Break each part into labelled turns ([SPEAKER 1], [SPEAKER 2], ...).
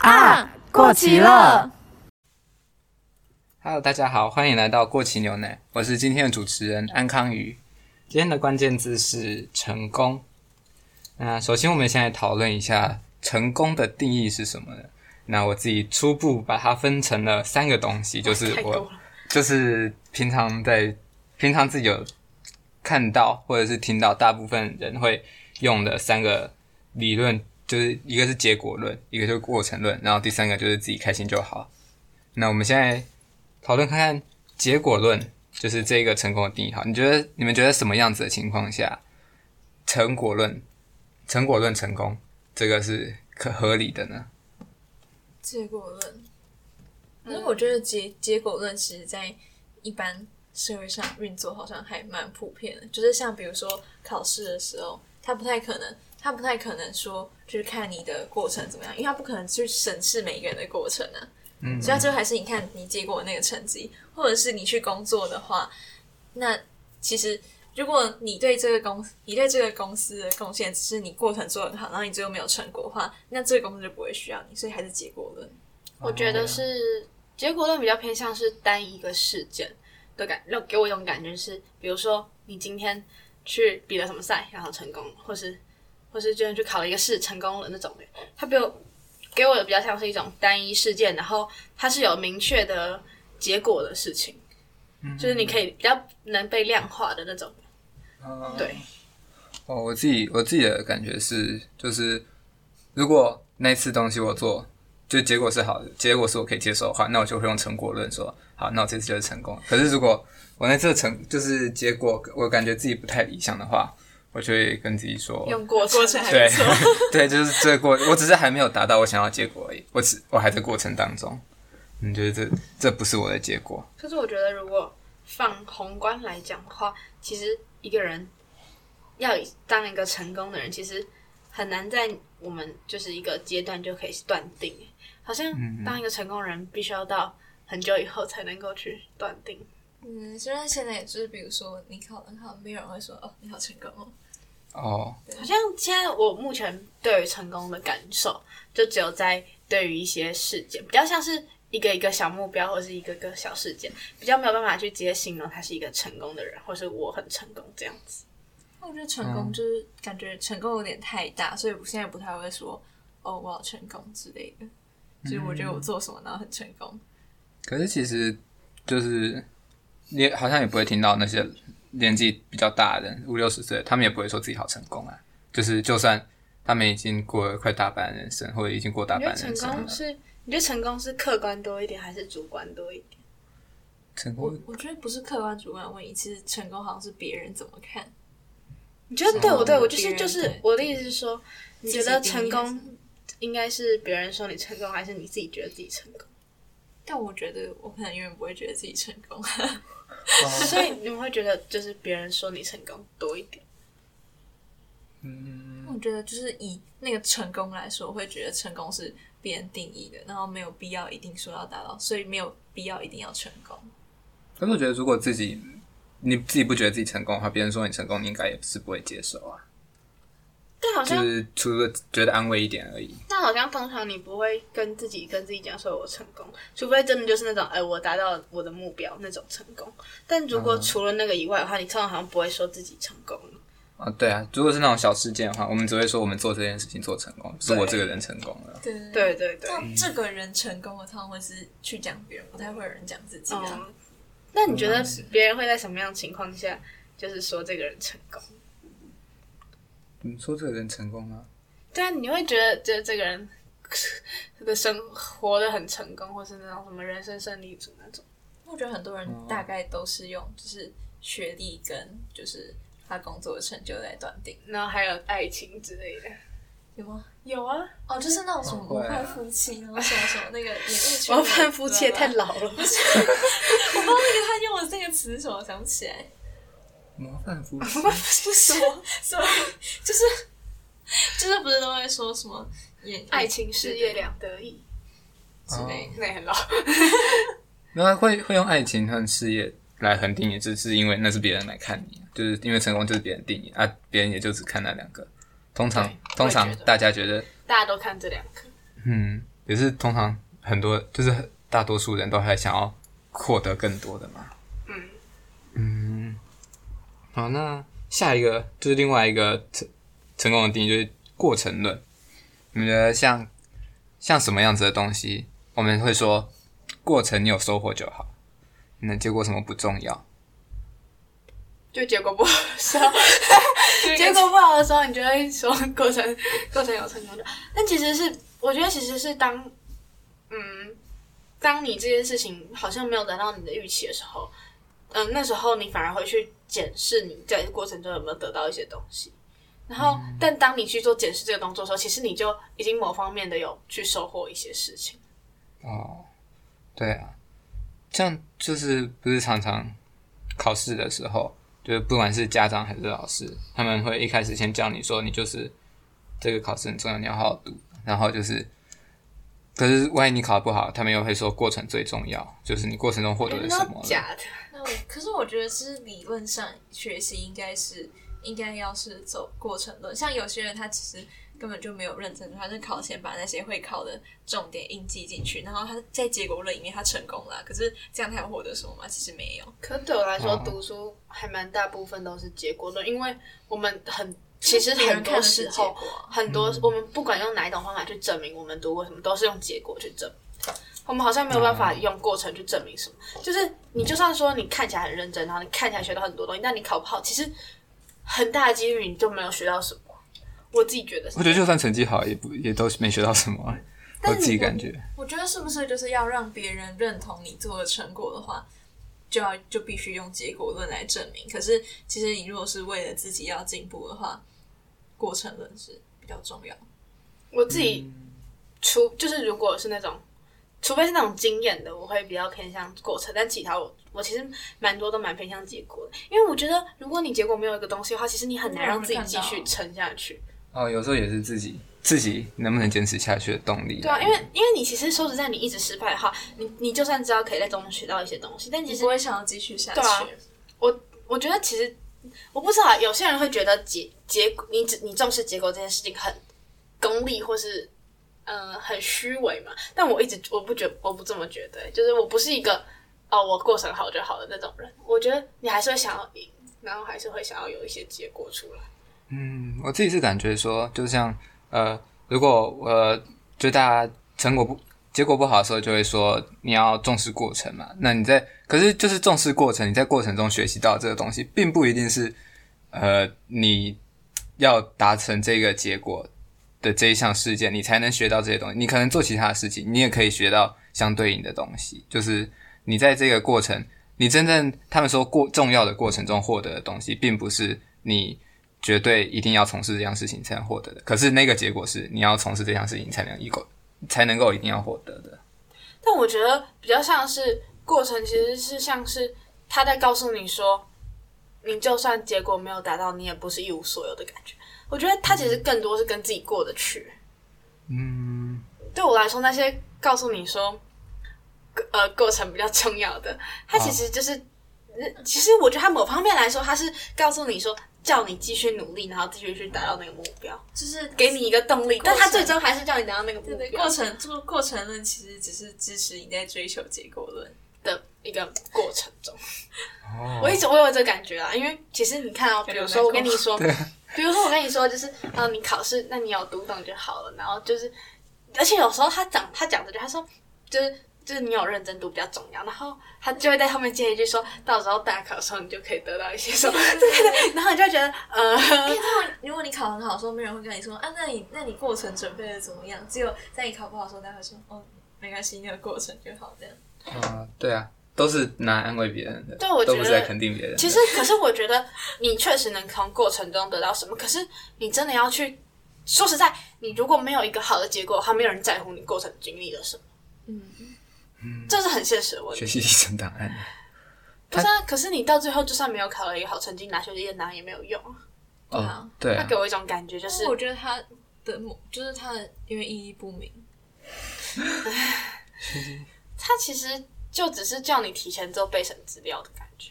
[SPEAKER 1] 啊过期了。
[SPEAKER 2] Hello，大家好，欢迎来到过期牛奶，我是今天的主持人安康宇。今天的关键字是成功。那首先，我们先来讨论一下成功的定义是什么呢？那我自己初步把它分成了三个东西，就是
[SPEAKER 3] 太多
[SPEAKER 2] 我
[SPEAKER 3] 了，
[SPEAKER 2] 就是平常在平常自己有看到或者是听到大部分人会用的三个理论，就是一个是结果论，一个就是过程论，然后第三个就是自己开心就好。那我们现在讨论看看结果论，就是这个成功的定义。好，你觉得你们觉得什么样子的情况下，成果论成果论成功这个是可合理的呢？
[SPEAKER 3] 结果论。可是我觉得结结果论其实在一般社会上运作好像还蛮普遍的，就是像比如说考试的时候，他不太可能，他不太可能说就是看你的过程怎么样，因为他不可能去审视每一个人的过程啊。
[SPEAKER 2] 嗯
[SPEAKER 3] 所以他最后还是你看你结果那个成绩，或者是你去工作的话，那其实如果你对这个公你对这个公司的贡献只是你过程做得很好，然后你最后没有成果的话，那这个公司就不会需要你，所以还是结果论。
[SPEAKER 4] 我觉得是结果论比较偏向是单一个事件的感，让给我一种感觉是，比如说你今天去比了什么赛，然后成功了，或是或是今天去考了一个试成功了那种的，它比我给我的比较像是一种单一事件，然后它是有明确的结果的事情，
[SPEAKER 3] 嗯
[SPEAKER 4] 就是你可以比较能被量化的那种。对，
[SPEAKER 2] 哦，我自己我自己的感觉是，就是如果那次东西我做，就结果是好的，结果是我可以接受的话，那我就会用成果论说，好，那我这次就是成功了。可是如果我那次的成就是结果，我感觉自己不太理想的话，我就会跟自己说，
[SPEAKER 4] 用过
[SPEAKER 3] 哦过程还
[SPEAKER 2] 对
[SPEAKER 3] 不错。
[SPEAKER 2] 对，就是这个过，我只是还没有达到我想要的结果而已，我只我还在过程当中。你觉得这这不是我的结果？
[SPEAKER 4] 可是我觉得，如果放宏观来讲的话，其实一个人要当一个成功的人，其实很难在我们就是一个阶段就可以断定。好像
[SPEAKER 2] 嗯嗯
[SPEAKER 4] 当一个成功人，必须要到很久以后才能够去断定。
[SPEAKER 3] 嗯，虽然现在就是比如说你考很好，没有人会说哦你好成功哦。
[SPEAKER 2] 哦，
[SPEAKER 4] 好像现在我目前对于成功的感受，就只有在对于一些事件，比较像是一个一个小目标，或是一个个小事件，比较没有办法去直接形容他是一个成功的人，或是我很成功这样子。
[SPEAKER 3] 那我觉得成功就是感觉成功有点太大，所以我现在不太会说哦我好成功之类的。就是我觉得我做什么然后很成功，
[SPEAKER 2] 可是其实就是你好像也不会听到那些年纪比较大的人，五六十岁，他们也不会说自己好成功啊。就是就算他们已经过了快大半人生，或者已经过大
[SPEAKER 4] 你觉
[SPEAKER 2] 半
[SPEAKER 4] 得成
[SPEAKER 2] 人生了
[SPEAKER 4] 功，是你觉得成功是客观多一点，还是主观多一点？
[SPEAKER 2] 成
[SPEAKER 3] 我
[SPEAKER 2] 功
[SPEAKER 3] 我觉得不是客观主观的问题，其实成功好像是别人怎么看。
[SPEAKER 4] 你觉得对我对我就
[SPEAKER 3] 别
[SPEAKER 4] 是
[SPEAKER 3] 人
[SPEAKER 4] 就是
[SPEAKER 3] 对
[SPEAKER 4] 我的意思是说，你觉得成
[SPEAKER 3] 自己定义
[SPEAKER 4] 功
[SPEAKER 3] 是
[SPEAKER 4] 应该是别人说你成功，还是你自己觉得自己成功？
[SPEAKER 3] 但我觉得我可能永远不会觉得自己成功。
[SPEAKER 4] 所以你们会觉得就是别人说你成功多一点，
[SPEAKER 2] 嗯，
[SPEAKER 3] 我觉得就是以那个成功来说，我会觉得成功是别人定义的，然后没有必要一定说要达到，所以没有必要一定要成功。
[SPEAKER 2] 可是我觉得如果自己你自己不觉得自己成功的话，别人说你成功，你应该也是不会接受啊。
[SPEAKER 4] 但好
[SPEAKER 2] 就
[SPEAKER 4] 像
[SPEAKER 2] 是除了觉得安慰一点而已。
[SPEAKER 4] 但好像通常你不会跟自己跟自己讲说我成功，除非真的就是那种哎我达到我的目标那种成功。但如果
[SPEAKER 2] 嗯
[SPEAKER 4] 除了那个以外的话，你通常好像不会说自己成功
[SPEAKER 3] 嗯
[SPEAKER 4] 了。
[SPEAKER 2] 啊，对啊，如果是那种小事件的话，我们只会说我们做这件事情做成功，是我这个人成功了。
[SPEAKER 3] 对
[SPEAKER 4] 对对对，
[SPEAKER 3] 那这个人成功了，他们会是去讲别人，不太会有人讲自己啊。
[SPEAKER 4] 嗯，那你觉得别人会在什么样的情况下，就是说这个人成功？
[SPEAKER 2] 你说这个人成功了？
[SPEAKER 4] 对啊，你会觉得这这个人他的生活的很成功，或是那种什么人生胜利组那种？
[SPEAKER 3] 我觉得很多人大概都是用就是学历跟就是他工作的成就来断定，
[SPEAKER 4] 然后还有爱情之类的。
[SPEAKER 3] 有吗？
[SPEAKER 4] 有啊，
[SPEAKER 3] 哦，就是那种什么
[SPEAKER 2] 不
[SPEAKER 3] 模
[SPEAKER 2] 会啊
[SPEAKER 3] 范夫妻，然后什么什么那个演艺圈
[SPEAKER 4] 模
[SPEAKER 3] 的，
[SPEAKER 4] 范夫妻也太
[SPEAKER 3] 老。
[SPEAKER 4] 老了。
[SPEAKER 3] 我不知道那个他用的这个词是什么，想不起来。
[SPEAKER 2] 模范 夫妻。
[SPEAKER 3] 不是我，所以就是就是不是都会说什么演
[SPEAKER 4] 爱情事业两得意，
[SPEAKER 3] 之类的？
[SPEAKER 4] 那也很老。
[SPEAKER 2] 没有啊会会用爱情和事业来恒定你，只是因为那是别人来看你，啊就是因为成功就是别人定义啊，别人也就只看那两个。通常
[SPEAKER 4] 对
[SPEAKER 2] 通常
[SPEAKER 4] 我也觉得
[SPEAKER 2] 大家觉得，
[SPEAKER 4] 大家都看这两个，
[SPEAKER 2] 嗯，也是通常很多就是很大多数人都还想要获得更多的嘛。
[SPEAKER 4] 嗯
[SPEAKER 2] 嗯，好，那下一个就是另外一个成成功的定义，就是过程论。你觉得像像什么样子的东西，我们会说过程你有收获就好，那结果什么不重要？
[SPEAKER 4] 就结果不好的时候，结果不好的时候，你就会说过程过程有成功的，但其实是我觉得其实是当嗯，当你这件事情好像没有达到你的预期的时候，嗯，那时候你反而会去检视你在过程中有没有得到一些东西。然后，但当你去做检视这个动作的时候，其实你就已经某方面的有去收获一些事情。
[SPEAKER 2] 哦，对啊，这样就是不是常常考试的时候，就是不管是家长还是老师，他们会一开始先教你说，你就是这个考试很重要，你要好好读。然后就是，可是万一你考得不好，他们又会说过程最重要，就是你过程中获得了什么
[SPEAKER 4] 哎那。假的，
[SPEAKER 3] 那我可是我觉得，就是理论上学习应该是应该要是走过程论，像有些人他其实根本就没有认真，他是考前把那些会考的重点印记进去，然后他在结果论里面他成功了，可是这样他有获得什么吗？其实没有。
[SPEAKER 4] 可对我来说，
[SPEAKER 2] 嗯
[SPEAKER 4] 读书还蛮大部分都是结果论，因为我们很其实
[SPEAKER 3] 别人
[SPEAKER 4] 很
[SPEAKER 3] 看
[SPEAKER 4] 多
[SPEAKER 3] 的是
[SPEAKER 4] 时
[SPEAKER 3] 结
[SPEAKER 4] 候
[SPEAKER 3] 果啊，
[SPEAKER 4] 很多我们不管用哪一种方法去证明我们读过什么，都是用结果去证明。我们好像没有办法用过程去证明什么，就是你就算说你看起来很认真，然后你看起来学到很多东西，但你考不好，其实很大的几率你就没有学到什么。我自己觉得是
[SPEAKER 2] 我觉得就算成绩好，也不也都没学到什么。啊我
[SPEAKER 4] 但是
[SPEAKER 2] 自己
[SPEAKER 4] 你
[SPEAKER 2] 感觉，
[SPEAKER 3] 我觉得是不是就是要让别人认同你做的成果的话，就要就必须用结果论来证明。可是其实你如果是为了自己要进步的话，过程论是比较重要。
[SPEAKER 4] 我自己除就是如果是那种，除非是那种经验的，我会比较偏向过程，但其他我我其实蛮多都蛮偏向结果的，因为我觉得如果你结果没有一个东西的话，其实你很难让自己继续撑下去。
[SPEAKER 2] 哦，有时候也是自己自己能不能坚持下去的动力。
[SPEAKER 4] 对啊，因为因为你其实说实在，你一直失败的话，你你就算知道可以在中间学到一些东西，但其
[SPEAKER 3] 你
[SPEAKER 4] 实
[SPEAKER 3] 不会想要继续下去。
[SPEAKER 4] 对啊我觉得其实我不知道，有些人会觉得结结果，你只你重视结果这件事情很功利，或是嗯、呃很虚伪嘛。但我一直我不觉我不这么觉得、欸就是我不是一个哦我过程好就好的那种人。我觉得你还是会想要赢，然后还是会想要有一些结果出来。
[SPEAKER 2] 嗯，我自己是感觉说，就像呃，如果呃，就大家成果不结果不好的时候，就会说你要重视过程嘛。那你在可是就是重视过程，你在过程中学习到这个东西，并不一定是呃你要达成这个结果的这一项事件，你才能学到这些东西。你可能做其他的事情，你也可以学到相对应的东西。就是你在这个过程，你真正他们说过重要的过程中获得的东西，并不是你绝对一定要从事这样事情才能获得的。可是那个结果是你要从事这项事情才能一够才能够一定要获得的。
[SPEAKER 4] 但我觉得比较像是过程，其实是像是他在告诉你说，你就算结果没有达到，你也不是一无所有的感觉。我觉得他其实更多是跟自己过得去。
[SPEAKER 2] 嗯，
[SPEAKER 4] 对我来说，那些告诉你说，呃，过程比较重要的，它其实就是，呃其实我觉得它某方面来说，它是告诉你说，叫你继续努力，然后继续去达到那个目标，
[SPEAKER 3] 就是
[SPEAKER 4] 给你一个动力。
[SPEAKER 3] 过程
[SPEAKER 4] 但它最终还是叫你达到那个目
[SPEAKER 3] 对对
[SPEAKER 4] 标
[SPEAKER 3] 过程这个过程论其实只是支持你在追求结果论。
[SPEAKER 4] 的一个过程中。
[SPEAKER 2] 哦
[SPEAKER 4] 我一直我有这个感觉啊，因为其实你看哦，比如说我跟你说， 比如说我跟你说，就是呃，你考试，那你有读懂就好了。然后就是，而且有时候他讲他讲这句，他说就是就是你有认真读比较重要。然后他就会在后面接一句说，到时候大考的时候你就可以得到一些什么， 对对对。然后你就会觉得呃，
[SPEAKER 3] 如果你考很好的时候，没人会跟你说啊，那你那你过程准备的怎么样？只有在你考不好的时候，大家会说哦，没关系，那个过程就好这样。
[SPEAKER 2] 啊，对啊，都是拿来安慰别人的，
[SPEAKER 4] 对我觉得
[SPEAKER 2] 都不是在肯定别人的。
[SPEAKER 4] 其实，可是我觉得你确实能从过程中得到什么，可是你真的要去说实在，你如果没有一个好的结果的话，没有人在乎你过程经历了什么，
[SPEAKER 3] 嗯，
[SPEAKER 4] 这是很现实的问
[SPEAKER 2] 学
[SPEAKER 4] 题。
[SPEAKER 2] 习历程档案，
[SPEAKER 4] 不是啊，可是你到最后就算没有考了一个好成绩，拿学历也拿也没有用啊。
[SPEAKER 3] 对啊
[SPEAKER 2] 哦，对
[SPEAKER 4] 他
[SPEAKER 2] 啊
[SPEAKER 4] 给，我一种感觉就是
[SPEAKER 3] 我觉得他的目就是他的因为意义不明，
[SPEAKER 4] 他其实就只是叫你提前做备审资料的感觉。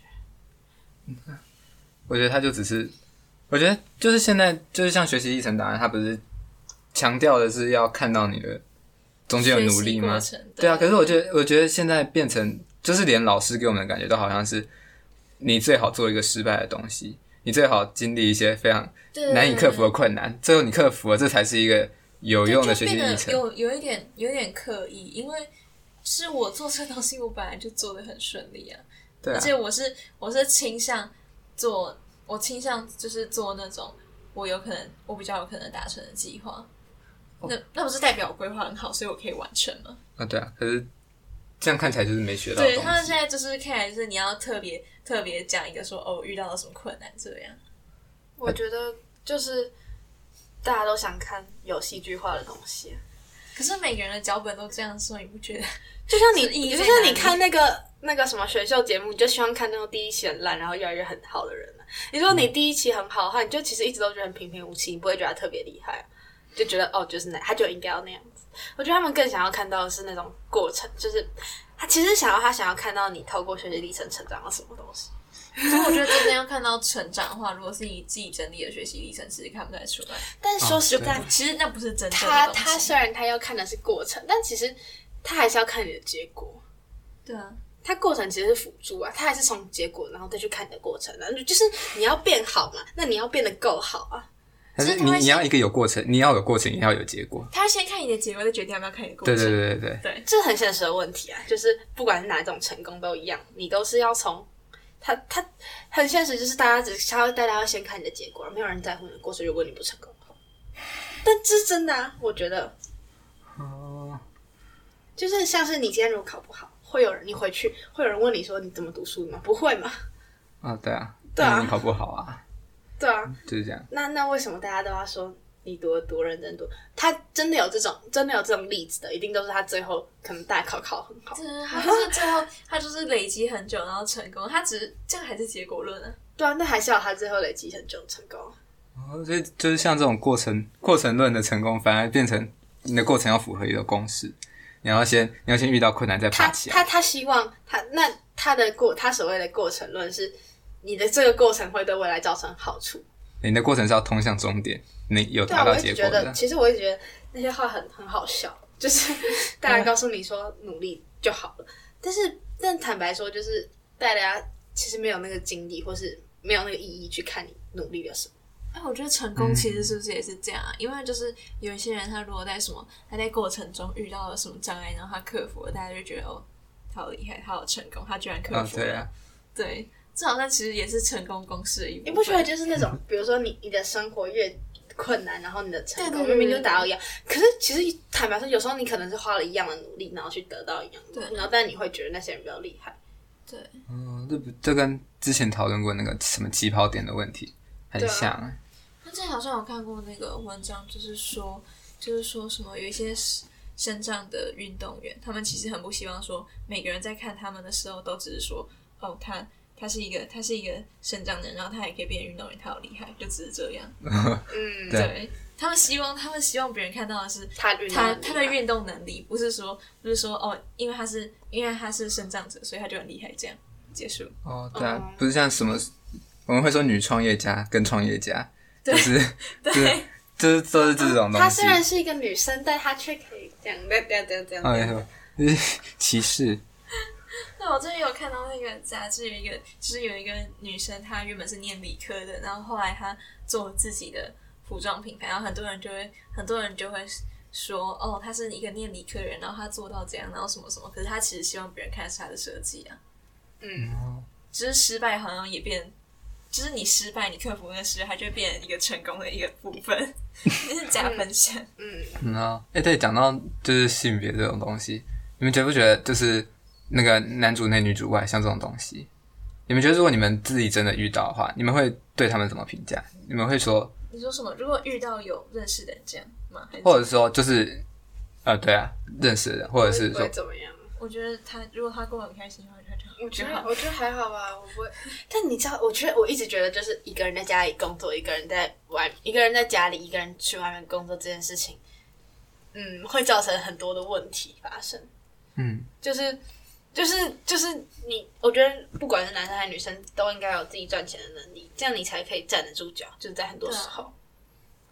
[SPEAKER 2] 我觉得他就只是，我觉得就是现在就是像学习历程档案，他不是强调的是要看到你的中间有
[SPEAKER 3] 学
[SPEAKER 2] 努力
[SPEAKER 3] 习
[SPEAKER 2] 吗
[SPEAKER 3] 过？程。
[SPEAKER 2] 对啊，可是我觉得，我觉得现在变成就是连老师给我们的感觉都好像是你最好做一个失败的东西，你最好经历一些非常
[SPEAKER 3] 对
[SPEAKER 2] 难以克服的困难，最后你克服了，这才是一个有
[SPEAKER 3] 对
[SPEAKER 2] 用的
[SPEAKER 3] 就
[SPEAKER 2] 学习
[SPEAKER 3] 变
[SPEAKER 2] 历
[SPEAKER 3] 得
[SPEAKER 2] 程。
[SPEAKER 3] 有有一点有一点刻意，因为是我做这个东西，我本来就做的很顺利啊，
[SPEAKER 2] 对
[SPEAKER 3] 而
[SPEAKER 2] 啊，
[SPEAKER 3] 且我是我是倾向做，我倾向就是做那种我有可能我比较有可能达成的计划。
[SPEAKER 2] 哦
[SPEAKER 3] 那那不是代表我规划很好，所以我可以完成吗？
[SPEAKER 2] 啊对啊，可是这样看起来就是没学到的
[SPEAKER 3] 对
[SPEAKER 2] 东
[SPEAKER 3] 他们
[SPEAKER 2] 西
[SPEAKER 3] 现。在就是看来是你要特别特别讲一个说哦遇到了什么困难这样，
[SPEAKER 4] 我觉得就是大家都想看有戏剧化的东西，
[SPEAKER 3] 可是每个人的脚本都这样说，你不觉得？
[SPEAKER 4] 就像
[SPEAKER 3] 是意义
[SPEAKER 4] 你，就
[SPEAKER 3] 在
[SPEAKER 4] 像
[SPEAKER 3] 哪
[SPEAKER 4] 你
[SPEAKER 3] 里
[SPEAKER 4] 看那个那个什么选秀节目，你就希望看那种第一期很烂，然后越来越很好的人啊。你说你第一期很好的话，你就其实一直都觉得很平平无奇，你不会觉得他特别厉害啊，就觉得哦，就是那他就应该要那样子。我觉得他们更想要看到的是那种过程，就是他其实想要他想要看到你透过学习历程成长了什么东西。
[SPEAKER 3] 所以我觉得真正要看到成长的话，如果是你自己整理的学习历程，其实看不太出来。
[SPEAKER 2] 嗯
[SPEAKER 4] 但是说实
[SPEAKER 2] 对
[SPEAKER 4] 在，
[SPEAKER 3] 其实那不是真正
[SPEAKER 4] 他
[SPEAKER 3] 的
[SPEAKER 4] 他
[SPEAKER 3] 东西。
[SPEAKER 4] 虽然他要看的是过程，但其实他还是要看你的结果。
[SPEAKER 3] 对啊，
[SPEAKER 4] 它过程其实是辅助啊，它还是从结果，然后再去看你的过程啊，就是你要变好嘛，那你要变得够好啊。
[SPEAKER 2] 可是
[SPEAKER 3] 就是
[SPEAKER 2] 你
[SPEAKER 3] 他会
[SPEAKER 2] 你要一个有过程，你要有过程，也要有结果。
[SPEAKER 3] 他先看你的结果，再决定要不要看你的过
[SPEAKER 2] 对
[SPEAKER 3] 程。
[SPEAKER 2] 对对对对，
[SPEAKER 3] 对
[SPEAKER 4] 这是很现实的问题啊，就是不管是哪一种成功都一样，你都是要从他他很现实，就是大家只想要大家要先看你的结果，没有人在乎你的过程。如果你不成功的话，但这是真的啊，我觉得
[SPEAKER 2] 哦，
[SPEAKER 4] 就是像是你今天如果考不好，会有人你回去会有人问你说你怎么读书的吗？不会嘛？
[SPEAKER 2] 啊对啊，
[SPEAKER 4] 对啊
[SPEAKER 2] 那你考不好啊，
[SPEAKER 4] 对啊，
[SPEAKER 2] 就是这样。
[SPEAKER 4] 那那为什么大家都要说你多多认真多？他真的有这种真的有这种例子的，一定都是他最后可能大考考很好。
[SPEAKER 3] 对，他就是最后他就是累积很久，然后成功。他只是这个还是结果论啊。
[SPEAKER 4] 对啊，那还是要他最后累积很久成功。
[SPEAKER 2] 哦所以就是像这种过程过程论的成功，反而变成你的过程要符合一个公式，你要先你要先遇到困难再爬
[SPEAKER 4] 他
[SPEAKER 2] 起来。
[SPEAKER 4] 他他希望他那他的过他所谓的过程论是你的这个过程会对未来造成好处。
[SPEAKER 2] 你的过程是要通向终点，你有
[SPEAKER 4] 对
[SPEAKER 2] 达
[SPEAKER 4] 啊，
[SPEAKER 2] 到
[SPEAKER 4] 我一
[SPEAKER 2] 结
[SPEAKER 4] 直
[SPEAKER 2] 果
[SPEAKER 4] 觉得
[SPEAKER 2] 的，。
[SPEAKER 4] 其实我一直觉得那些话很很好笑，就是 大家告诉你说努力就好了，但是但坦白说，就是大家其实没有那个精力，或是没有那个意义去看你努力了什么。
[SPEAKER 3] 哎，我觉得成功
[SPEAKER 2] 嗯
[SPEAKER 3] 其实是不是也是这样啊？因为就是有一些人，他如果在什么他在过程中遇到了什么障碍，然后他克服了，大家就觉得哦，他好厉害，他好成功，他居然克
[SPEAKER 2] 啊
[SPEAKER 3] 服了。
[SPEAKER 2] 对啊，
[SPEAKER 3] 对这好像其实也是成功公式的一部
[SPEAKER 4] 你
[SPEAKER 3] 分。
[SPEAKER 4] 不觉得就是那种，比如说你你的生活越困难，然后你的成
[SPEAKER 3] 对对
[SPEAKER 4] 功
[SPEAKER 3] 对
[SPEAKER 4] 明明
[SPEAKER 3] 对
[SPEAKER 4] 就达到一样，可是其实坦白说，有时候你可能是花了一样的努力，然后去得到一样的，
[SPEAKER 3] 对
[SPEAKER 4] 然后但你会觉得那些人比较厉害。
[SPEAKER 2] 嗯，这不这跟之前讨论过那个什么起跑点的问题很
[SPEAKER 4] 对啊
[SPEAKER 2] 像、
[SPEAKER 3] 我之前好像有看过那个文章，就是说，就是说什么有一些身障的运动员，他们其实很不希望说每个人在看他们的时候都只是说，哦，他他是一个他是一个身障的人，然后他也可以变运动员，他好厉害，就只是这样。
[SPEAKER 4] 嗯，
[SPEAKER 2] 对
[SPEAKER 3] 他们希望他们希望别人看到的是
[SPEAKER 4] 他运动
[SPEAKER 3] 他
[SPEAKER 4] 很厉
[SPEAKER 3] 他的
[SPEAKER 4] 害
[SPEAKER 3] 运动能力，不是说不是说哦，因为他是因为他是身障者，所以他就很厉害，这样结束。
[SPEAKER 2] 哦，对啊
[SPEAKER 4] 嗯，
[SPEAKER 2] 不是像什么我们会说女创业家跟创业家，就
[SPEAKER 3] 对
[SPEAKER 2] 是就是就是都是这种
[SPEAKER 4] 她
[SPEAKER 2] 东西
[SPEAKER 4] 虽。然是一个女生，但她却可以这样，这样这样这样这样
[SPEAKER 2] 哎呦，就是歧视。
[SPEAKER 3] 对，我最近有看到那个杂志，有一个就是有一个女生，她原本是念理科的，然后后来她做自己的服装品牌，然后很多人就会很多人就会说，哦，她是一个念理科人，然后她做到怎样，然后什么什么，可是她其实希望别人看的是她的设计啊，
[SPEAKER 4] 嗯，
[SPEAKER 3] 只是失败好像也变。就是你失败，你克服那个失败，它就会变成一个成功的一个部分， 就是加分项。
[SPEAKER 4] 嗯，
[SPEAKER 2] 嗯啊，哎、对，讲到就是性别这种东西，你们觉不觉得就是那个男主内女主外像这种东西？你们觉得如果你们自己真的遇到的话，你们会对他们怎么评价？你们会说，
[SPEAKER 3] 你说什么？如果遇到有认识的人这样吗？还是
[SPEAKER 2] 或者说就是，呃，对啊，认识的人，或者
[SPEAKER 4] 我也
[SPEAKER 2] 是
[SPEAKER 4] 不
[SPEAKER 2] 说
[SPEAKER 4] 会，怎么样。啊
[SPEAKER 3] 我觉得他如果他过得很开心的话，他就
[SPEAKER 4] 我觉
[SPEAKER 3] 就
[SPEAKER 4] 得
[SPEAKER 3] 好。
[SPEAKER 4] 我觉得还好吧，我不会。但你知道，我觉得我一直觉得，就是一个人在家里工作，一个人在外，一个人在家里，一个人去外面工作这件事情，嗯，会造成很多的问题发生。
[SPEAKER 2] 嗯，
[SPEAKER 4] 就是就是就是你，我觉得不管是男生还是女生，都应该有自己赚钱的能力，这样你才可以啊站得住脚。就是在很多时候，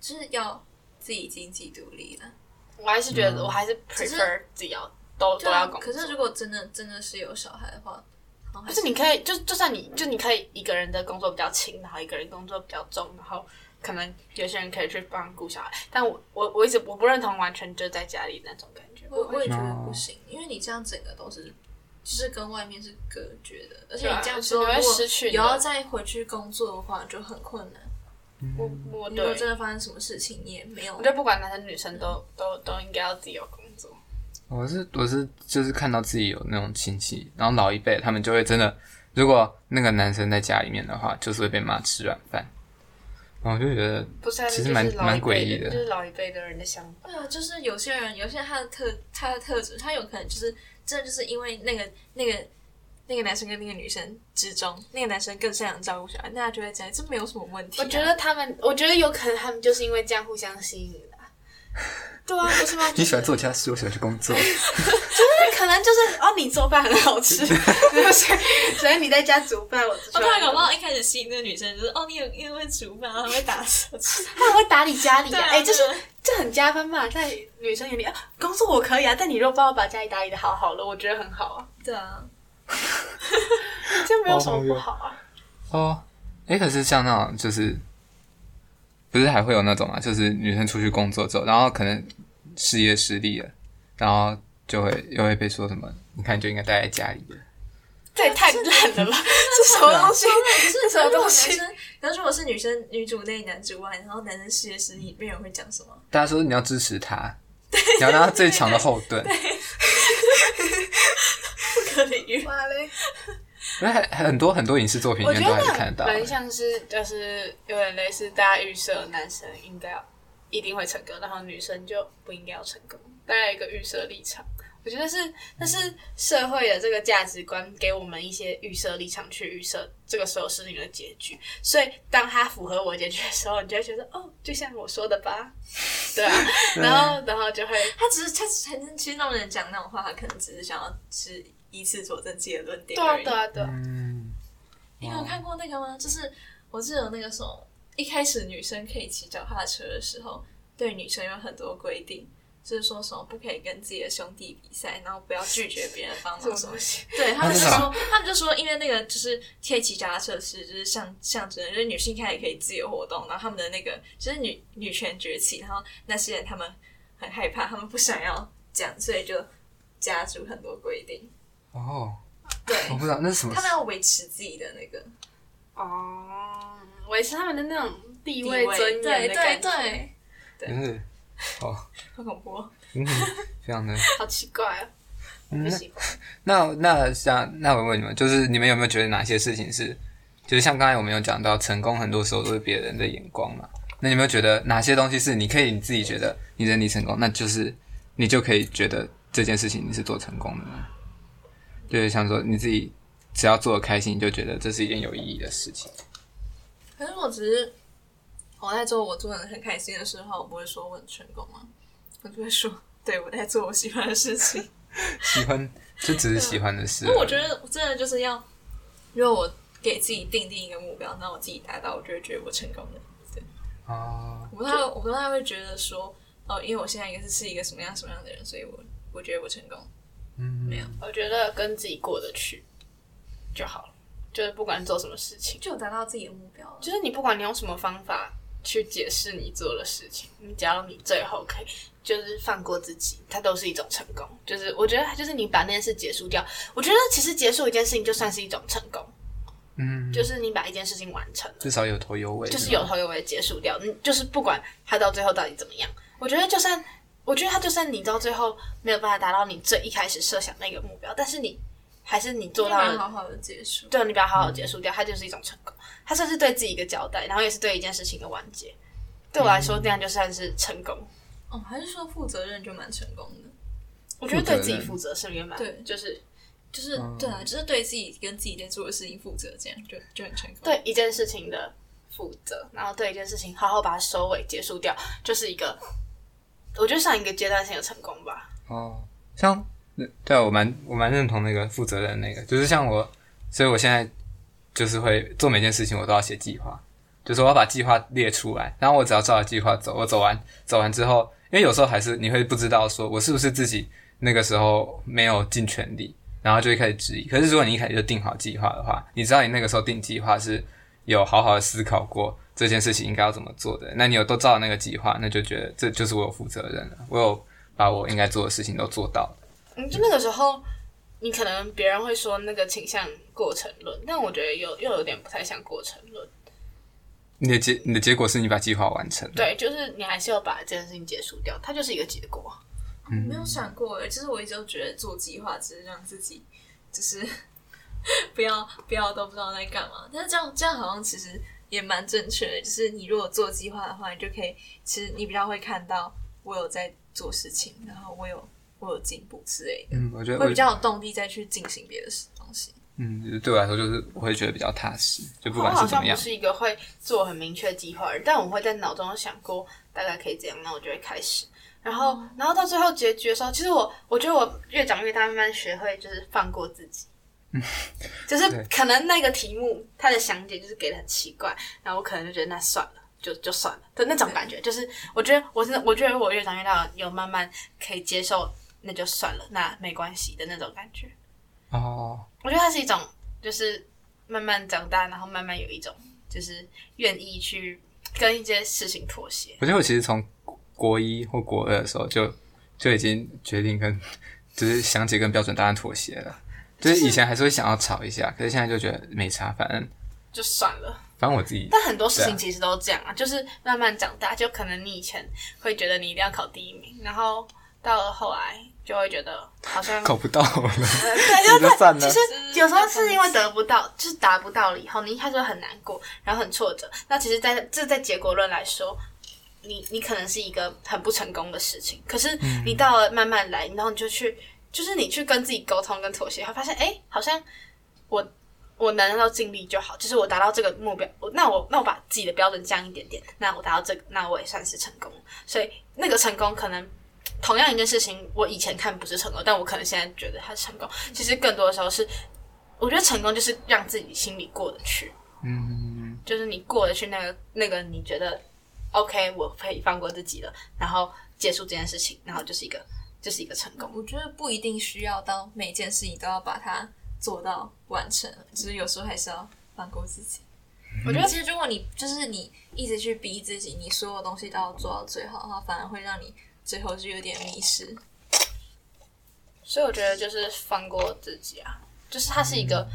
[SPEAKER 3] 就是要自己经济独立了。啊
[SPEAKER 4] 我还是觉得
[SPEAKER 2] 嗯
[SPEAKER 4] 我还是
[SPEAKER 3] 只是
[SPEAKER 4] prefer 自己要都都
[SPEAKER 3] 对
[SPEAKER 4] 要
[SPEAKER 3] 啊，
[SPEAKER 4] 工
[SPEAKER 3] 可
[SPEAKER 4] 作。
[SPEAKER 3] 是如果真的真的是有小孩的话，好像还
[SPEAKER 4] 而且你可以就就算你就你可以一个人的工作比较轻，然后一个人工作比较重，然后可能有些人可以去帮顾小孩，但我我我一直我不认同完全就在家里那种感觉。
[SPEAKER 3] 我我也觉得
[SPEAKER 2] 哦
[SPEAKER 3] 不行，因为你这样整个都是，就是跟外面是隔绝的，而且
[SPEAKER 4] 对啊
[SPEAKER 3] 你这样
[SPEAKER 4] 而且
[SPEAKER 3] 之后，
[SPEAKER 4] 你会
[SPEAKER 3] 如果
[SPEAKER 4] 失去你
[SPEAKER 3] 有
[SPEAKER 4] 的
[SPEAKER 3] 要再回去工作的话，就很困难。
[SPEAKER 4] 我我
[SPEAKER 3] 如果真
[SPEAKER 4] 对，
[SPEAKER 3] 的发生什么事情，你也没有
[SPEAKER 4] 我觉。得不管男生女生都都都应该要自己有工作。
[SPEAKER 2] 我是我是就是看到自己有那种亲戚，然后老一辈他们就会真的，如果那个男生在家里面的话，就是会被骂吃软饭，然后我就觉得
[SPEAKER 4] 不是、啊，
[SPEAKER 2] 其实蛮
[SPEAKER 4] 就是老
[SPEAKER 2] 蛮
[SPEAKER 4] 一辈
[SPEAKER 2] 诡异的
[SPEAKER 4] 的，就是老一辈的人的想法。
[SPEAKER 3] 对啊，就是有些人，有些人他的特他的特质，他有可能就是真的就是因为那个那个那个男生跟那个女生之中，那个男生更擅长照顾小孩，那他就会这样，这没有什么问题啊、
[SPEAKER 4] 我觉得他们，我觉得有可能他们就是因为这样互相吸引 的啊。对啊，不 是吗？
[SPEAKER 2] 喜欢做家事，我喜欢去工作，
[SPEAKER 4] 就是可能就是哦，你做饭很好 吃，所以所以你在家煮饭，我
[SPEAKER 3] 哦，
[SPEAKER 4] 做
[SPEAKER 3] 他
[SPEAKER 4] 饭
[SPEAKER 3] 搞不好一开始吸引那个女生就是哦，你有因为会煮饭，还会打扫，
[SPEAKER 4] 他很会打理家里
[SPEAKER 3] 对
[SPEAKER 4] 啊，
[SPEAKER 3] 啊
[SPEAKER 4] 哎、就是
[SPEAKER 3] 对啊
[SPEAKER 4] 这很加分嘛，在女生眼里啊，工作我可以啊，但你如果帮我把家里打理的好好了，我觉得很好啊，
[SPEAKER 3] 对啊，
[SPEAKER 4] 这没有什么不好啊。
[SPEAKER 2] 哦，哎，可是像那种就是，不是还会有那种啊，就是女生出去工作之后，然后可能事业失利了，然后就会又会被说什么，你看你就应该待在家里了。
[SPEAKER 4] 这也太烂了吧，这什么东西？这什么 东西？
[SPEAKER 3] 男生，可是如果是女生，女主内男主外，然后男生事业失利，没有人会讲什么。
[SPEAKER 2] 大家说你要支持 他，你要当他最强的后盾。
[SPEAKER 3] 不可理喻。
[SPEAKER 4] 妈嘞！
[SPEAKER 2] 因为还很多很多影视作品里
[SPEAKER 4] 我觉
[SPEAKER 2] 面都
[SPEAKER 4] 得
[SPEAKER 2] 还是
[SPEAKER 4] 那
[SPEAKER 2] 看得到的。啊
[SPEAKER 4] 蛮像是就是有点类似大家预设男生应该要一定会成功，然后女生就不应该要成功，大家有一个预设立场。我觉得是，但是社会的这个价值观给我们一些预设立场去预设这个所有事情的结局，所以当它符合我的结局的时候，你就会觉得哦，就像我说的吧，对 啊，然后然后就会
[SPEAKER 3] 他只是他反正其实那种人讲那种话，他可能只是想要只一次佐证自己的论点
[SPEAKER 4] 对啊
[SPEAKER 3] 而已。
[SPEAKER 4] 对啊对啊，
[SPEAKER 2] 嗯，
[SPEAKER 3] 你有看过那个吗？就是我记得有那个什么，一开始女生可以骑脚踏车的时候，对女生有很多规定，就是说什么不可以跟自己的兄弟比赛，然后不要拒绝别人帮
[SPEAKER 4] 这
[SPEAKER 3] 忙
[SPEAKER 4] 种
[SPEAKER 3] 什么
[SPEAKER 4] 东。西。
[SPEAKER 3] 对他们就
[SPEAKER 2] 真的
[SPEAKER 3] 说，他们就说，因为那个就是贴骑脚踏车是就是象象征，就是女性开始可以自由活动，然后他们的那个就是女女权崛起，然后那些人他们很害怕，他们不想要讲，所以就加入很多规定，
[SPEAKER 2] 哦，
[SPEAKER 3] 对
[SPEAKER 2] 我不知道那是什么
[SPEAKER 3] 他。们要维持自己的那个
[SPEAKER 4] 哦，维持他们的那种地
[SPEAKER 3] 地
[SPEAKER 4] 位
[SPEAKER 3] 位，
[SPEAKER 4] 尊严
[SPEAKER 3] 对
[SPEAKER 4] 的
[SPEAKER 3] 对
[SPEAKER 4] 感觉，
[SPEAKER 3] 对，
[SPEAKER 2] 嗯，哦，
[SPEAKER 3] 很恐怖哦。
[SPEAKER 2] 嗯，非常的。
[SPEAKER 4] 好奇怪啊，我不
[SPEAKER 2] 嗯，
[SPEAKER 4] 喜欢。
[SPEAKER 2] 那那像那我问你们，就是你们有没有觉得哪些事情是，就是像刚才我们有讲到，成功很多时候都是别人的眼光嘛？那你有没有觉得哪些东西是你可以你自己觉得你人你成功，那就是你就可以觉得这件事情你是做成功的呢？就是像说你自己只要做的开心，你就觉得这是一件有意义的事情。
[SPEAKER 3] 可是我只是我在做我做的很开心的时候，我不会说我很成功吗？我就会说，对我在做我喜欢的事情。
[SPEAKER 2] 喜欢就只是喜欢的 事而已。
[SPEAKER 3] 那我觉得真的就是要，如果我给自己定定一个目标，那我自己达到，我就会觉得我成功了。
[SPEAKER 2] 哦，
[SPEAKER 3] 我不太，我不太会觉得说，哦，因为我现在一个是是一个什么样什么样的人，所以我我觉得我成功。
[SPEAKER 2] 嗯，
[SPEAKER 3] 没有
[SPEAKER 4] 我觉得跟自己过得去就好了，就是不管做什么事情，
[SPEAKER 3] 就有达到自己的目标了。
[SPEAKER 4] 就是你不管你用什么方法去解释你做的事情，你只要你最后可以就是放过自己，它都是一种成功。就是我觉得就是你把那件事结束掉，我觉得其实结束一件事情就算是一种成功，
[SPEAKER 2] 嗯，
[SPEAKER 4] 就是你把一件事情完成了，
[SPEAKER 2] 至少有头有尾，
[SPEAKER 4] 就是有头有尾结束掉，嗯，就是不管它到最后到底怎么样，我觉得就算，我觉得它就算你到最后没有办法达到你最一开始设想那个目标，但是你还是你做到
[SPEAKER 3] 蛮
[SPEAKER 4] 了
[SPEAKER 3] 好好的结束。
[SPEAKER 4] 对，你把它好好结束掉，它就是一种成功，它算是对自己一个交代，然后也是对一件事情的完结。对我来说，那样就算是成功。
[SPEAKER 3] 哦，还是说负责任就蛮成功的。
[SPEAKER 4] 我觉得
[SPEAKER 2] 负责
[SPEAKER 4] 对自己
[SPEAKER 2] 任
[SPEAKER 4] 负责是圆满，
[SPEAKER 3] 对
[SPEAKER 4] 就是
[SPEAKER 3] 就是、对啊，就是对自己跟自己在做的事情负责，这样就就很成功。
[SPEAKER 4] 对一件事情的负责，然后对一件事情好好把它收尾结束掉，就是一个，我觉得算一个阶段性的成功吧。
[SPEAKER 2] 哦，像对啊，我蛮我蛮认同那个负责任那个，就是像我，所以我现在就是会做每件事情，我都要写计划，就是我要把计划列出来，然后我只要照着计划走，我走完走完之后，因因为有时候还是你会不知道说我是不是自己那个时候没有尽全力，然后就会开始质疑。可是如果你一开始就定好计划的话，你知道你那个时候定计划是有好好的思考过这件事情应该要怎么做的，那你有都照那个计划，那就觉得这就是我有负责任了，我有把我应该做的事情都做到了。
[SPEAKER 4] 嗯，就那个时候，你可能别人会说那个倾向过程论，但我觉得又又有点不太像过程论。
[SPEAKER 2] 你的结你的结果是你把计划完成了，
[SPEAKER 4] 对，就是你还是要把这件事情结束掉，它就是一个结果。
[SPEAKER 3] 没有想过诶，就是我一直都觉得做计划只是让自己就是 不要不要都不知道在干嘛，但是这样这样好像其实也蛮正确的，就是你如果做计划的话，你就可以其实你比较会看到我有在做事情，然后我有我有进步之类的，
[SPEAKER 2] 嗯，我觉得
[SPEAKER 3] 会
[SPEAKER 2] 我
[SPEAKER 3] 比较有动力再去进行别的事东西。
[SPEAKER 2] 嗯，对我来说就是我会觉得比较踏实，就不
[SPEAKER 4] 我
[SPEAKER 2] 管
[SPEAKER 4] 好
[SPEAKER 2] 是怎
[SPEAKER 4] 像
[SPEAKER 2] 么
[SPEAKER 4] 不
[SPEAKER 2] 样，
[SPEAKER 4] 是一个会做很明确计划的人，但我会在脑中想过大概可以怎样，那我就会开始。然后，然后到最后结局的时候，其实我我觉得我越长越大，慢慢学会就是放过自 己。就是
[SPEAKER 2] 对
[SPEAKER 4] 可能那个题目它的详解就是给的很奇怪，然后我可能就觉得那算了，就就算了的那种感觉。就是我觉得我真的我觉得我越长越大，有慢慢可以接受，那就算了，那没关系的那种感觉。
[SPEAKER 2] 哦，
[SPEAKER 4] 我觉得它是一种，就是慢慢长大，然后慢慢有一种，就是愿意去跟一些事情妥协。
[SPEAKER 2] 我觉得我其实从国一或国二的时候就就已经决定跟就是详解跟标准答案妥协了。就是以前还是会想要吵一下，可是现在就觉得没差，反正
[SPEAKER 4] 就算了，
[SPEAKER 2] 反正我自己
[SPEAKER 4] 但很多事
[SPEAKER 2] 对
[SPEAKER 4] 情
[SPEAKER 2] 啊
[SPEAKER 4] 其实都这样啊，就是慢慢长大，就可能你以前会觉得你一定要考第一名，然后到了后来就会觉得好 像
[SPEAKER 2] 考不到了，
[SPEAKER 4] 对，就
[SPEAKER 2] 那就算了
[SPEAKER 4] 其实有时候是因为得不到，就是达不到了以后，你一开始会很难过，然后很挫折。那其实在，这在结果论来说，你你可能是一个很不成功的事情，可是你到了慢慢来，然后你就去，就是你去跟自己沟通跟妥协，会发现，哎、好像我我能够尽力就好，就是我达到这个目标，我那我那我把自己的标准降一点点，那我达到这个，那我也算是成功了。所以那个成功可能同样一件事情，我以前看不是成功，但我可能现在觉得它是成功。其实更多的时候是，我觉得成功就是让自己心里过得去，
[SPEAKER 2] 嗯，
[SPEAKER 4] 就是你过得去那个那个你觉得 OK，我可以放过自己了，然后结束这件事情，然后就是一个就是一个成功。
[SPEAKER 3] 我觉得不一定需要到每件事情都要把它做到完成，只、是有时候还是要放过自己。我觉得其实如果你就是你一直去逼自己，你所有东西都要做到最好的话，反而会让你最后就有点迷失。
[SPEAKER 4] 所以我觉得就是放过自己啊，就是它是一个，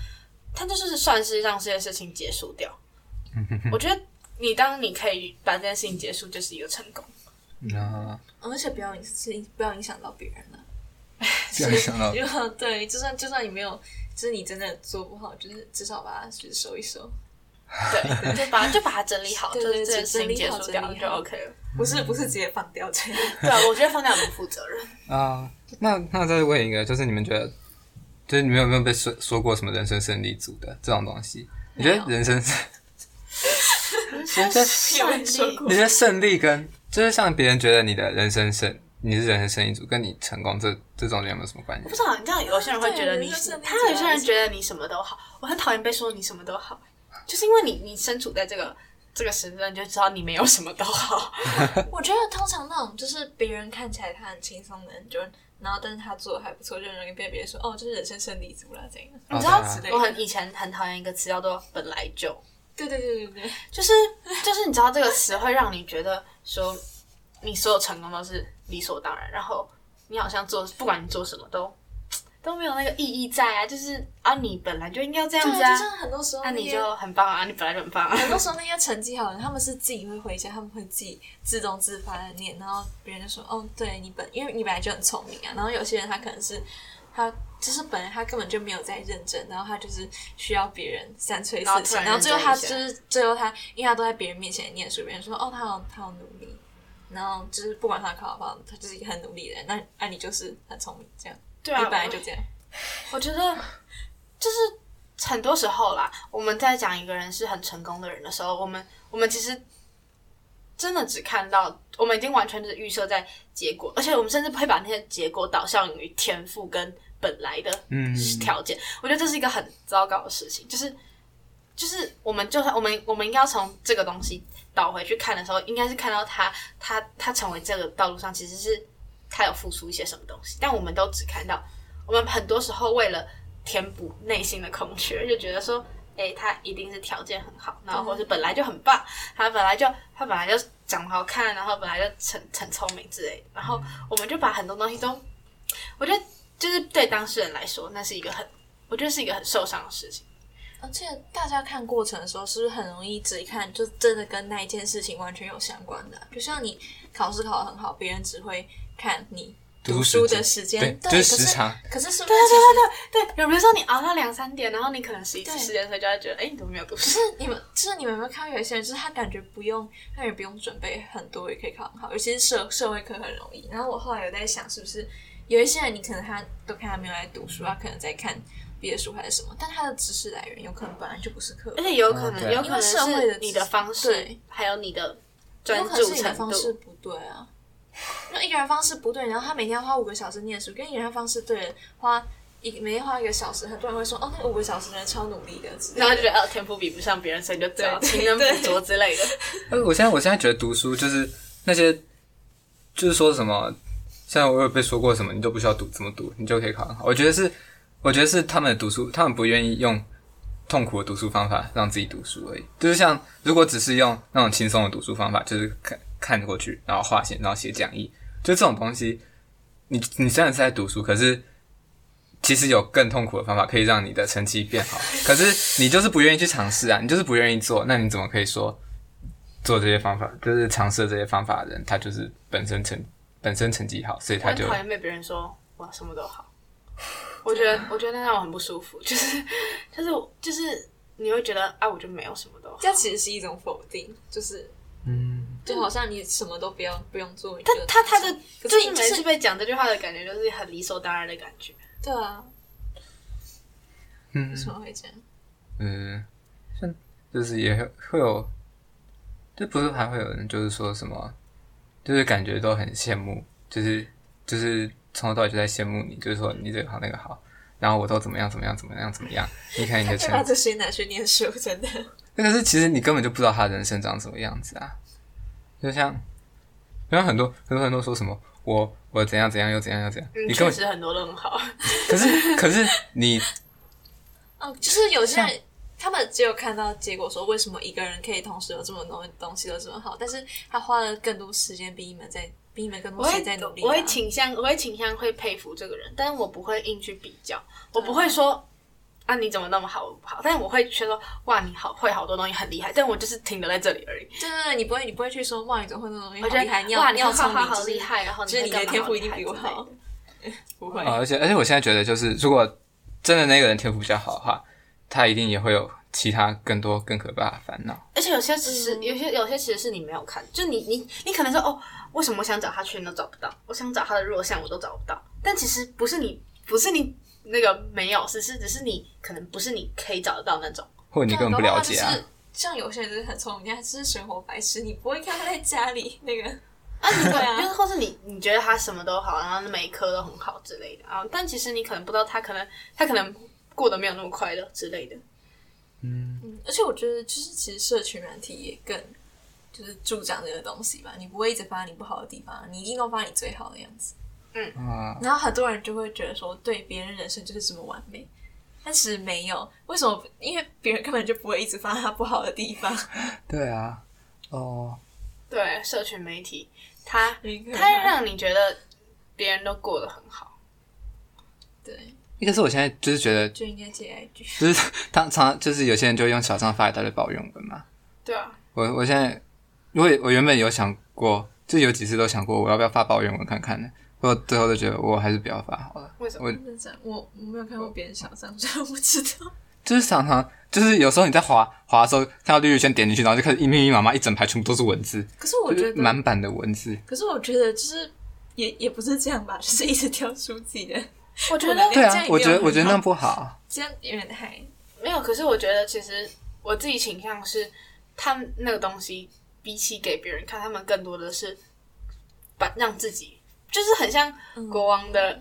[SPEAKER 4] 它就是算是让这件事情结束掉。我觉得你当你可以把这件事情结束，就是一个成功。
[SPEAKER 2] 那
[SPEAKER 3] 而且不要影是不要影响到别人了。
[SPEAKER 2] 这样想到
[SPEAKER 3] 如果对， 就算就算你没有，就是你真的做不好，就是至少把它就是收一收。
[SPEAKER 4] 对，就把就把它整理好，就
[SPEAKER 3] 对
[SPEAKER 4] 是
[SPEAKER 3] 对
[SPEAKER 4] 这件事情
[SPEAKER 3] 整
[SPEAKER 4] 结
[SPEAKER 3] 理好
[SPEAKER 4] 束掉
[SPEAKER 3] 整理
[SPEAKER 4] 就
[SPEAKER 3] 好
[SPEAKER 4] OK 了。
[SPEAKER 3] 不是不是直接放掉这样。
[SPEAKER 4] 对啊，我觉得放掉很不负责 任。
[SPEAKER 2] 啊，那那再问一个，就是你们觉得，就是你们有没有被说说过什么人生胜利组的这种东西？你觉得人生胜
[SPEAKER 4] 人
[SPEAKER 2] 生
[SPEAKER 4] 胜利，
[SPEAKER 2] 你觉得胜利跟就是像别人觉得你的人生胜，你是人生胜利组，跟你成功这这中间有没有什么关系
[SPEAKER 4] 不？知道，你知道有些人会觉得你
[SPEAKER 3] 对人生胜利，
[SPEAKER 4] 他有些人觉得你什么都好，我很讨厌被说你什么都好，就是因为你你身处在这个这个时段，你就知道你没有什么都好。
[SPEAKER 3] 我觉得通常那种就是别人看起来他很轻松的人，就然后但是他做的还不错，就很容易被别人说哦，就是人生胜利组啦这样。
[SPEAKER 2] 哦
[SPEAKER 4] 你知道
[SPEAKER 2] 对啊
[SPEAKER 3] 之类，的
[SPEAKER 4] 我很以前很讨厌一个词叫做本来就，
[SPEAKER 3] 对对对对对，
[SPEAKER 4] 就是就是你知道这个词会让你觉得说你所有成功都是理所当然，然后你好像做不管你做什么都都没有那个意义在啊，就是啊你本来就应该要这样
[SPEAKER 3] 对，
[SPEAKER 4] 子
[SPEAKER 3] 就
[SPEAKER 4] 啊，
[SPEAKER 3] 像很多时候
[SPEAKER 4] 那、你
[SPEAKER 3] 些
[SPEAKER 4] 就很棒啊，你本来就很棒啊。
[SPEAKER 3] 很多时候那些成绩好的，他们是自己会回家，他们会自己自动自发的念，然后别人就说：“哦，对你本因为你本来就很聪明啊。”然后有些人他可能是他就是本来他根本就没有在认真，然后他就是需要别人三催
[SPEAKER 4] 然后
[SPEAKER 3] 四请，
[SPEAKER 4] 突然
[SPEAKER 3] 然后最后他
[SPEAKER 4] 认
[SPEAKER 3] 就
[SPEAKER 4] 真
[SPEAKER 3] 是最后他因为他都在别人面前念书，别人说：“哦，他好他好努力。”然后就是不管他考不好，他就是一个很努力的人。那那你就是很聪明，这样、
[SPEAKER 4] 对啊
[SPEAKER 3] 你本来就这样。
[SPEAKER 4] 我觉得就是很多时候啦，我们在讲一个人是很成功的人的时候，我们我们其实真的只看到，我们已经完全是预设在结果，而且我们甚至会把那些结果导向于天赋跟本来的
[SPEAKER 2] 嗯
[SPEAKER 4] 条件。我觉得这是一个很糟糕的事情，就是就是我们就算我们我们应该要从这个东西。倒回去看的时候，应该是看到他他他成为这个道路上其实是他有付出一些什么东西，但我们都只看到，我们很多时候为了填补内心的空缺，就觉得说，哎、他一定是条件很好，然后或是本来就很棒，他本来就他本来就长得好看，然后本来就很很聪明之类的，然后我们就把很多东西都，我觉得就是对当事人来说，那是一个很，我觉得是一个很受伤的事情。
[SPEAKER 3] 而且大家看过程的时候，是不是很容易只看就真的跟那一件事情完全有相关的啊、就像你考试考得很好，别人只会看你读书的时间，
[SPEAKER 2] 对，
[SPEAKER 3] 对，
[SPEAKER 2] 就是
[SPEAKER 3] 可
[SPEAKER 2] 时长。
[SPEAKER 3] 可是是不是其
[SPEAKER 4] 对，有比如说你熬到两三点，然后你可能十一次
[SPEAKER 3] 对
[SPEAKER 4] 时间所以就会觉得，哎、你怎么没有 读书？
[SPEAKER 3] 实你们，就是你们有没有看到有一些人，就是他感觉不用，他也不用准备很多，也可以考很好，尤其是社社会课很容易。然后我后来有在想，是不是有一些人，你可能他都看他没有在读书，他可能在看别的书还是什么，但他的知识来源有可能本来就不是课
[SPEAKER 4] 而
[SPEAKER 3] 本，
[SPEAKER 4] 且有可能，
[SPEAKER 2] 嗯对
[SPEAKER 4] 有可能
[SPEAKER 3] 因为社会
[SPEAKER 4] 是
[SPEAKER 3] 的
[SPEAKER 4] 你的方式
[SPEAKER 3] 对，
[SPEAKER 4] 还有你的专
[SPEAKER 3] 有可能
[SPEAKER 4] 注
[SPEAKER 3] 是你的
[SPEAKER 4] 程
[SPEAKER 3] 方式
[SPEAKER 4] 度。
[SPEAKER 3] 不对啊。那一个人方式不对，然后他每天要花五个小时念书，跟一个人方式对了，花一每天花一个小时，很多人会说哦，那五个小时的人超努力的之类的，
[SPEAKER 4] 然后就觉得哦，天赋比不上别人，所以你就只好
[SPEAKER 3] 对
[SPEAKER 4] 勤能
[SPEAKER 3] 对
[SPEAKER 4] 补拙之类的。
[SPEAKER 2] 呃，我现在我现在觉得读书就是那些，就是说什么，像我有被说过什么，你都不需要读，怎么读你就可以考很好。我觉得是，我觉得是他们的读书，他们不愿意用痛苦的读书方法让自己读书而已。就是像如果只是用那种轻松的读书方法，就是看看过去，然后划线，然后写讲义，就这种东西，你你虽然是在读书，可是。其实有更痛苦的方法可以让你的成绩变好，可是你就是不愿意去尝试啊，你就是不愿意做，那你怎么可以说做这些方法，就是尝试这些方法的人，他就是本身成本身成绩好，所以
[SPEAKER 4] 我
[SPEAKER 2] 他
[SPEAKER 4] 很
[SPEAKER 2] 就
[SPEAKER 4] 讨厌被别人说我什么都好。我觉得，我觉得那让我很不舒服，就是，就是，就是，你会觉得啊，我就没有什么都好。
[SPEAKER 3] 这其实是一种否定，就是
[SPEAKER 2] 嗯，
[SPEAKER 3] 就好像你什么都不要不用做，你
[SPEAKER 4] 他
[SPEAKER 3] 就
[SPEAKER 4] 他他的，
[SPEAKER 3] 可
[SPEAKER 4] 就是
[SPEAKER 3] 你
[SPEAKER 4] 是每
[SPEAKER 3] 就是
[SPEAKER 4] 次被讲这句话的感觉，就是很理所当然的感觉。
[SPEAKER 3] 对啊，
[SPEAKER 2] 嗯
[SPEAKER 4] 嗯
[SPEAKER 3] 为什么会这样？
[SPEAKER 2] 嗯，像就是也会会有，就不是还会有人就是说什么，就是感觉都很羡慕，就是就是从头到尾就在羡慕你，就是说你这个好那个好，然后我都怎么样怎么样怎么样怎么样，你看你的
[SPEAKER 3] 就
[SPEAKER 2] 成
[SPEAKER 3] 把这些拿去念书，真的。
[SPEAKER 2] 那可是其实你根本就不知道他人生长什么样子啊。就像，就像很多很多人都说什么我我怎样怎样又怎样又怎样，
[SPEAKER 4] 嗯，
[SPEAKER 2] 你根
[SPEAKER 4] 确
[SPEAKER 2] 本
[SPEAKER 4] 实很多都很好。
[SPEAKER 2] 可是可是你
[SPEAKER 3] 哦，就是有些人他们只有看到结果，说为什么一个人可以同时有这么多东西都这么好，但是他花了更多时间比你们在比你们更
[SPEAKER 4] 我
[SPEAKER 3] 多时
[SPEAKER 4] 会
[SPEAKER 3] 间在努力、啊
[SPEAKER 4] 我会倾向，我会倾向会佩服这个人，但是我不会硬去比较，我不会说啊你怎么那么好，我不好，但是我会觉得说哇你好会好多东西很厉害，但我就是停留在这里而已。
[SPEAKER 3] 对对对，你不会你不会去说哇，你怎么会那么容易？
[SPEAKER 4] 我觉得
[SPEAKER 3] 好厉害，你
[SPEAKER 4] 哇
[SPEAKER 3] 要
[SPEAKER 4] 你
[SPEAKER 3] 要
[SPEAKER 4] 好
[SPEAKER 3] 聪
[SPEAKER 4] 好
[SPEAKER 3] 明，
[SPEAKER 4] 好
[SPEAKER 3] 就是
[SPEAKER 4] 厉，害，然后
[SPEAKER 3] 就是你
[SPEAKER 4] 干
[SPEAKER 3] 的
[SPEAKER 4] 嘛
[SPEAKER 3] 天
[SPEAKER 4] 好
[SPEAKER 3] 赋
[SPEAKER 4] 厉
[SPEAKER 3] 一定
[SPEAKER 4] 害
[SPEAKER 3] 比我
[SPEAKER 4] 之类的
[SPEAKER 3] 好。 哦不会
[SPEAKER 2] 啊、而且而且我现在觉得就是，如果真的那个人天赋比较好的话，他一定也会有其他更多更可怕的烦恼。
[SPEAKER 4] 而且有些其实
[SPEAKER 3] 嗯
[SPEAKER 4] 有些有些其实是你没有看，就你你你可能说哦，为什么我想找他全都找不到，我想找他的弱项我都找不到，但其实不是你不是你那个没有，只是只是你可能不是你可以找得到那种。
[SPEAKER 2] 或者你根本不了解啊
[SPEAKER 3] 那搞不好他就！是像有些人就是很聪明，他只是生活白痴，你不会看他在家里那个。
[SPEAKER 4] 啊，你可
[SPEAKER 3] 对啊
[SPEAKER 4] 就是或是你你觉得他什么都好，然后每一科都很好之类的，然后但其实你可能不知道他可能他可能过得没有那么快乐之类的。
[SPEAKER 3] 嗯，而且我觉得就是其实社群软体也更就是助长这个东西吧，你不会一直发你不好的地方，你一定都发你最好的样子。
[SPEAKER 2] 啊、
[SPEAKER 3] 然后很多人就会觉得说，对别人人生就是这么完美，但是没有，为什么？因为别人根本就不会一直发他不好的地 方。
[SPEAKER 2] 对啊，哦，
[SPEAKER 4] 对，社群媒体，他
[SPEAKER 3] 很可怕
[SPEAKER 4] 他让你觉得别人都过得很好，
[SPEAKER 3] 对，
[SPEAKER 2] 可是我现在就是觉得，
[SPEAKER 3] 就应该借 IG。
[SPEAKER 2] 就是常常就是有些人就用小账发一大堆抱怨文嘛，
[SPEAKER 4] 对啊，
[SPEAKER 2] 我我现在，我也我原本有想过，就有几次都想过我要不要发抱怨文看看呢，不过最后都觉得我还是不要发好了。
[SPEAKER 4] 为什么？
[SPEAKER 2] 我
[SPEAKER 3] 真的假的我我没有看过别人小账，所以我不知道。
[SPEAKER 2] 就是常常就是有时候你在滑滑的时候，看到绿绿圈点进去，然后就开始一密密麻麻一整排全部都是文字，
[SPEAKER 3] 可是我
[SPEAKER 2] 就
[SPEAKER 3] 觉
[SPEAKER 2] 是
[SPEAKER 3] 得，
[SPEAKER 2] 满版的文字。
[SPEAKER 3] 可是我觉得就是也也不是这样吧，就是一直挑出自己的，
[SPEAKER 4] 我觉
[SPEAKER 3] 我
[SPEAKER 4] 得
[SPEAKER 3] 能
[SPEAKER 2] 对
[SPEAKER 3] 哎这
[SPEAKER 2] 啊
[SPEAKER 3] 样，也
[SPEAKER 2] 我觉得
[SPEAKER 3] 没有很好
[SPEAKER 2] 我觉得那不好。啊
[SPEAKER 3] 这样有点太
[SPEAKER 4] 没有，可是我觉得其实我自己倾向是，他们那个东西比起给别人看，他
[SPEAKER 3] 嗯
[SPEAKER 4] 们更多的是把让自己，就是很像国王的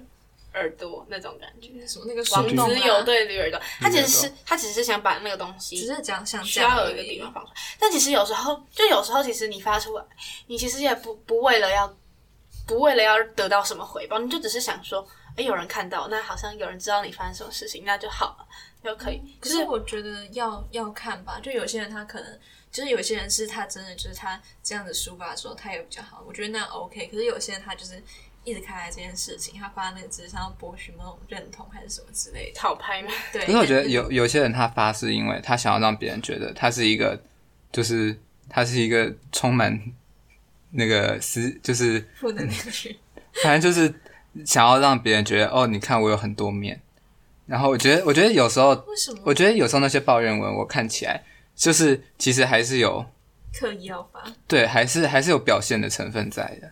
[SPEAKER 4] 耳朵那种感觉。
[SPEAKER 3] 那什么那个
[SPEAKER 4] 王
[SPEAKER 3] 树
[SPEAKER 4] 子
[SPEAKER 3] 洞啊
[SPEAKER 4] 有对驴耳朵，他其实
[SPEAKER 2] 驴
[SPEAKER 4] 是
[SPEAKER 2] 耳
[SPEAKER 4] 他只是想把那个东西
[SPEAKER 3] 只是讲想
[SPEAKER 4] 需
[SPEAKER 3] 讲
[SPEAKER 4] 要
[SPEAKER 3] 而
[SPEAKER 4] 有一个
[SPEAKER 3] 已
[SPEAKER 4] 地方放出来。但其实有时候，就有时候，其实你发出来，你其实也不不为了要不为了要得到什么回报，你就只是想说，哎，有人看到，那好像有人知道你发生什么事情，那就好了，就可以。
[SPEAKER 3] 嗯可
[SPEAKER 4] 就是
[SPEAKER 3] 我觉得要要看吧，就有些人他可能就是有些人是他真的就是他这样子抒发的时候，他也比较好，我觉得那 OK。可是有些人他就是一直看待这件事情，他发那个只是想要博取某种认同还是什么之类的。
[SPEAKER 4] 欸讨拍嘛，
[SPEAKER 3] 对，
[SPEAKER 2] 可是我觉得有有些人他发是因为他想要让别人觉得他是一个，就是他是一个充满那个思，就是
[SPEAKER 3] 不能去，
[SPEAKER 2] 反正就是想要让别人觉得哦，你看我有很多面。然后我觉得，我觉得有时候，
[SPEAKER 3] 为什么
[SPEAKER 2] 我觉得有时候那些抱怨文，我看起来就是其实还是有
[SPEAKER 3] 刻意要发？
[SPEAKER 2] 对，还是还是有表现的成分在的。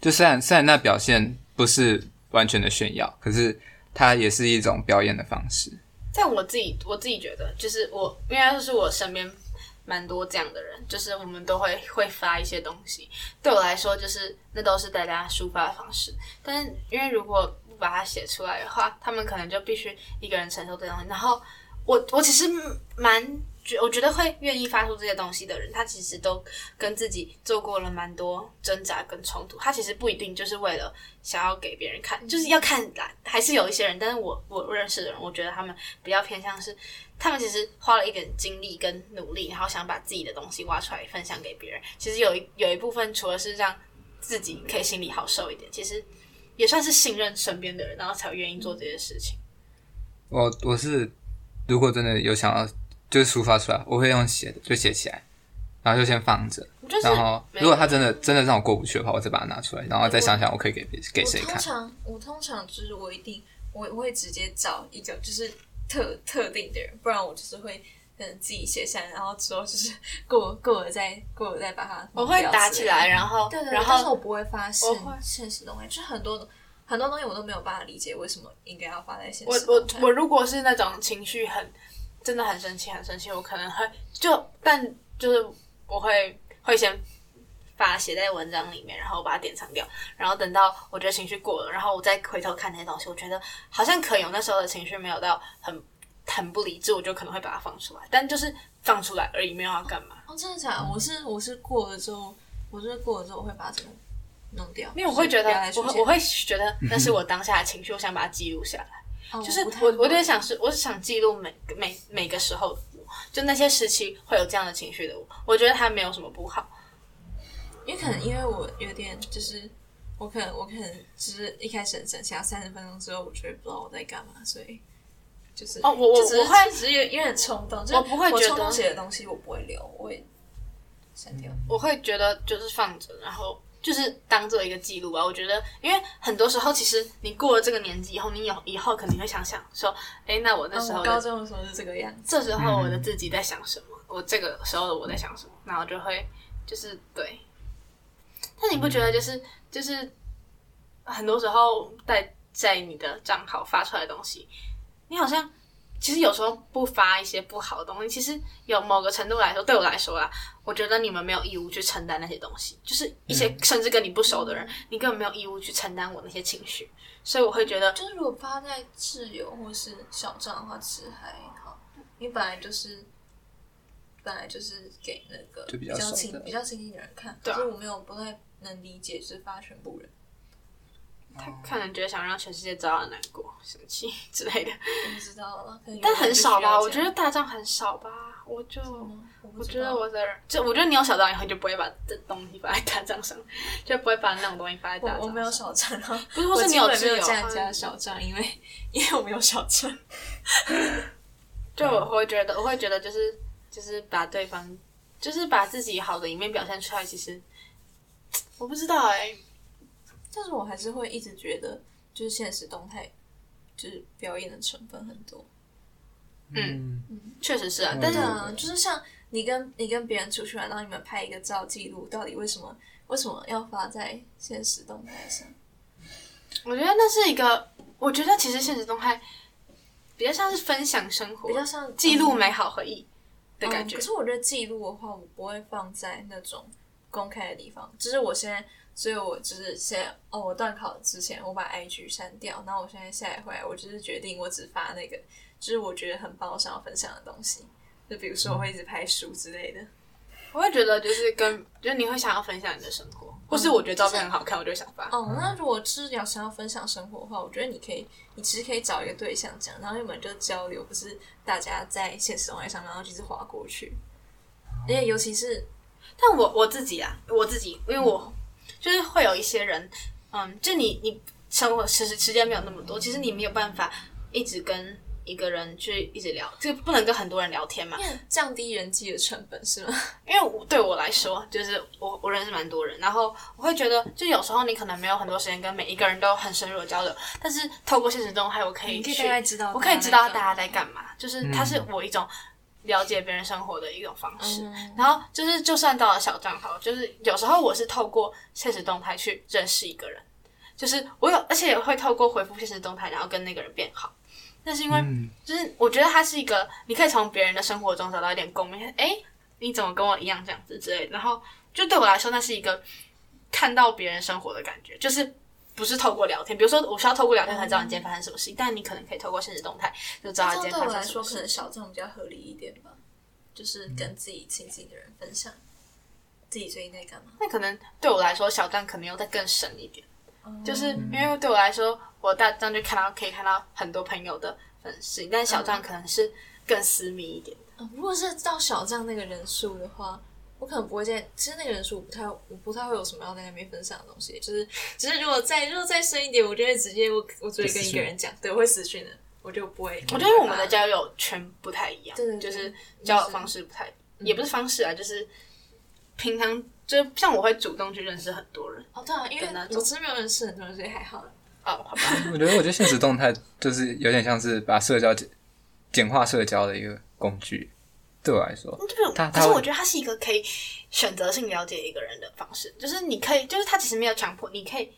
[SPEAKER 2] 就虽然虽然那表现不是完全的炫耀，可是它也是一种表演的方式。
[SPEAKER 4] 但我自己我自己觉得，就是我应该就是我身边蛮多这样的人，就是我们都会会发一些东西。对我来说，就是那都是大家抒发的方式。但是因为如果不把它写出来的话，他们可能就必须一个人承受这东西。然后我我其实蛮觉，我觉得会愿意发出这些东西的人，他其实都跟自己做过了蛮多挣扎跟冲突。他其实不一定就是为了想要给别人看，就是要看啦，还是有一些人。但是我我认识的人，我觉得他们比较偏向是，他们其实花了一点精力跟努力，然后想把自己的东西挖出来分享给别人。其实有一有一部分，除了是让自己可以心里好受一点，其实也算是信任身边的人，然后才愿意做这些事情。
[SPEAKER 2] 我我是如果真的有想要就是抒发出来，我会用写的就写起来，然后就先放着。
[SPEAKER 4] 我就是
[SPEAKER 2] 然后
[SPEAKER 4] 没有
[SPEAKER 2] 如果他真的真的让我过不去的话，我再把它拿出来，然后再想想我可以给别给
[SPEAKER 3] 我
[SPEAKER 2] 谁
[SPEAKER 3] 通
[SPEAKER 2] 看。
[SPEAKER 3] 常我通常就是我一定我我会直接找一个就是特特定的人，不然我就是会。可能自己写下来，然后之后就是 过过了再过了再把它
[SPEAKER 4] 我会
[SPEAKER 3] 弄掉
[SPEAKER 4] 打
[SPEAKER 3] 之
[SPEAKER 4] 起
[SPEAKER 3] 类的
[SPEAKER 4] 来，然后
[SPEAKER 3] 对对对
[SPEAKER 4] 然
[SPEAKER 3] 但是
[SPEAKER 4] 后
[SPEAKER 3] 我不会发现
[SPEAKER 4] 我会
[SPEAKER 3] 现实动态，就是很多很多东西我都没有办法理解为什么应该要发在现
[SPEAKER 4] 我
[SPEAKER 3] 实
[SPEAKER 4] 我
[SPEAKER 3] 动态
[SPEAKER 4] 我如果是那种情绪很真的很生气很生气，我可能会就但就是我会会先把它写在文章里面，然后我把它典藏掉，然后等到我觉得情绪过了，然后我再回头看那些东西，我觉得好像可以，我那时候的情绪没有到很很不理智，我就可能会把它放出来，但就是放出来而已，没有要干嘛。
[SPEAKER 3] 哦，真的假的？我是我是过了之后，我是过了之后我会把这个弄掉，
[SPEAKER 4] 因为我会觉得
[SPEAKER 3] 就是不要再，
[SPEAKER 4] 我
[SPEAKER 3] 出现
[SPEAKER 4] 会我会觉得那是我当下的情绪，我想把它记录下来。
[SPEAKER 3] 哦
[SPEAKER 4] 就是
[SPEAKER 3] 不太
[SPEAKER 4] 我，我
[SPEAKER 3] 会
[SPEAKER 4] 就在想是，我想记录每每每个时候的我，就那些时期会有这样的情绪的我，我觉得它没有什么不好。
[SPEAKER 3] 因为可能因为我有点就是。我可能我可能就是一开始很生气，然后三十分钟之后，我觉得不知道我在干嘛，所以就是
[SPEAKER 4] 哦我我
[SPEAKER 3] 就只是
[SPEAKER 4] 我会
[SPEAKER 3] 只是有有点冲动，就是
[SPEAKER 4] 我不会觉得
[SPEAKER 3] 冲动写的东西我不会留，我会删掉。
[SPEAKER 4] 我会觉得就是放着，然后就是当做一个记录吧。我觉得，因为很多时候其实你过了这个年纪以后，你有以后肯定会想想说，哎，那我那时
[SPEAKER 3] 啊
[SPEAKER 4] 候
[SPEAKER 3] 我
[SPEAKER 4] 的
[SPEAKER 3] 高中的时候是这个样子，
[SPEAKER 4] 这时候我的自己在想什么，我这个时候的我在想什么，然后就会就是对。但你不觉得就是就是很多时候在在你的账号发出来的东西，你好像其实有时候不发一些不好的东西，其实有某个程度来说，对我来说啦，我觉得你们没有义务去承担那些东西，就是一些甚至跟你不熟的人，你根本没有义务去承担我那些情绪，所以我会觉得
[SPEAKER 3] 就是如果发在自由或是小账的话，其实还好，因为本来就是本来就是给那个
[SPEAKER 2] 就比
[SPEAKER 3] 比
[SPEAKER 2] 较
[SPEAKER 3] 较
[SPEAKER 2] 熟的
[SPEAKER 3] 亲比较亲近的人看，
[SPEAKER 4] 对啊
[SPEAKER 3] 可是我没有不太能理解，就是发全部人，
[SPEAKER 4] 他可能觉得想让全世界知道他难过、生气之类的。
[SPEAKER 3] 我不知道了，可能有
[SPEAKER 4] 但
[SPEAKER 3] 人
[SPEAKER 4] 很
[SPEAKER 3] 就
[SPEAKER 4] 少
[SPEAKER 3] 需要
[SPEAKER 4] 吧，我
[SPEAKER 3] 这
[SPEAKER 4] 觉
[SPEAKER 3] 样
[SPEAKER 4] 得大账很少吧，我就
[SPEAKER 3] 嗯我
[SPEAKER 4] 我
[SPEAKER 3] 觉
[SPEAKER 4] 觉得
[SPEAKER 3] 得我
[SPEAKER 4] 我的就我觉得你有小账以后，你就不会把这东西放在大账上， 就不会把那种东西放在大账
[SPEAKER 3] 我
[SPEAKER 4] 上。
[SPEAKER 3] 我没有小账，然后
[SPEAKER 4] 不 是，
[SPEAKER 3] 我
[SPEAKER 4] 或是你
[SPEAKER 3] 基本
[SPEAKER 4] 自
[SPEAKER 3] 没
[SPEAKER 4] 由
[SPEAKER 3] 有加人家
[SPEAKER 4] 啊
[SPEAKER 3] 的，小账，因为因为我没有小账，
[SPEAKER 4] 就
[SPEAKER 3] 嗯
[SPEAKER 4] 我会觉得，我会觉得就是就是把对方，就是把自己好的一面表现出来，其实我不知道哎、
[SPEAKER 3] 但是我还是会一直觉得就是现实动态就是表演的成分很多。
[SPEAKER 2] 嗯，
[SPEAKER 4] 确实是啊
[SPEAKER 2] 嗯，
[SPEAKER 4] 但
[SPEAKER 3] 对
[SPEAKER 4] 是
[SPEAKER 3] 啊，就是像你跟你跟别人出去玩，然后你们拍一个照记录，到底为什么为什么要发在现实动态上？
[SPEAKER 4] 我觉得那是一个，我觉得其实现实动态比较像是分享生活，
[SPEAKER 3] 比较像
[SPEAKER 4] 记录
[SPEAKER 3] 嗯
[SPEAKER 4] 美好回忆的感
[SPEAKER 3] 嗯
[SPEAKER 4] 觉
[SPEAKER 3] 可。是我觉得记录的话，我不会放在那种公开的地方。就是我现在，所以我就是现在哦，我断考之前我把 IG 删掉，然后我现在下来回来，我就是决定我只发那个，就是我觉得很棒，我想要分享的东西。就比如说我会一直拍书之类的，
[SPEAKER 4] 我会觉得就是跟就是你会想要分享你的生活，或是我觉得照片很好看，我就想发。
[SPEAKER 3] 嗯啊哦，那如果是要想要分享生活的话，我觉得你可以，你其实可以找一个对象讲，然后你们就交流，不是大家在现实动态上，然后就是划过去。而且尤其是
[SPEAKER 4] 但我我自己啊，我自己，因为
[SPEAKER 3] 嗯
[SPEAKER 4] 我就是会有一些人，嗯，就你你生活时时时间没有那么多，其实你没有办法一直跟一个人去一直聊，就不能跟很多人聊天嘛。
[SPEAKER 3] 降低人际的成本是吗？
[SPEAKER 4] 因为我对我来说，就是我我认识蛮多人，然后我会觉得，就有时候你可能没有很多时间跟每一个人都很深入的交流，但是透过现实动态，我可以
[SPEAKER 3] 哎你可以嗯
[SPEAKER 4] 去
[SPEAKER 3] 大概知道
[SPEAKER 4] 我可以知道
[SPEAKER 3] 大概
[SPEAKER 4] 大家在干嘛，就是它是我一种了解别人生活的一种
[SPEAKER 3] 嗯
[SPEAKER 4] 方式。然后就是，就算到了小账号，就是有时候我是透过现实动态去认识一个人，就是我有，而且也会透过回复现实动态，然后跟那个人变好。那是因为，
[SPEAKER 2] 嗯
[SPEAKER 4] 就是我觉得它是一个，你可以从别人的生活中找到一点共鸣。哎，你怎么跟我一样这样子之类的？然后就对我来说，那是一个看到别人生活的感觉，就是不是透过聊天。比如说，我需要透过聊天才知道你今天发生什么事情，但你可能可以透过现实动态就知道他
[SPEAKER 3] 这
[SPEAKER 4] 今
[SPEAKER 3] 样对
[SPEAKER 4] 天发
[SPEAKER 3] 我
[SPEAKER 4] 生
[SPEAKER 3] 来
[SPEAKER 4] 什么
[SPEAKER 3] 说，可
[SPEAKER 4] 事。
[SPEAKER 3] 能小众比较合理一点吧，就是跟自己亲近的人分享自己最近在干嘛。
[SPEAKER 4] 那可能对我来说，小站可能又再更深一点，就是因为对我来说，我大站就看到可以看到很多朋友的粉丝，但小站可能是更私密一点。
[SPEAKER 3] 嗯，如果是到小账那个人数的话，我可能不会在，其实那个人数我不太，我不太会有什么要在那边分享的东西，就是，只是如果再如果再深一点，我就会直接我我只会跟一个人讲，对，我会私讯的，我就不会。
[SPEAKER 4] 我觉得我们的交友圈不太一样，
[SPEAKER 3] 对对对
[SPEAKER 4] 就是交友方式不太，也不是方式啊，就是平常就像我会主动去认识很多人
[SPEAKER 3] 哦，对啊，因为
[SPEAKER 4] 的那种
[SPEAKER 3] 我其实没有认识很多人，所以还好。
[SPEAKER 4] 哦，好吧，
[SPEAKER 2] 我觉得，我觉得现实动态就是有点像是把社交简简化社交的一个工具，对我来说，
[SPEAKER 4] 就是
[SPEAKER 2] 他
[SPEAKER 4] 可
[SPEAKER 2] 他
[SPEAKER 4] 是
[SPEAKER 2] 会
[SPEAKER 4] 我觉得它是一个可以选择性了解一个人的方式，就是你可以，就是他其实没有强迫，你可以，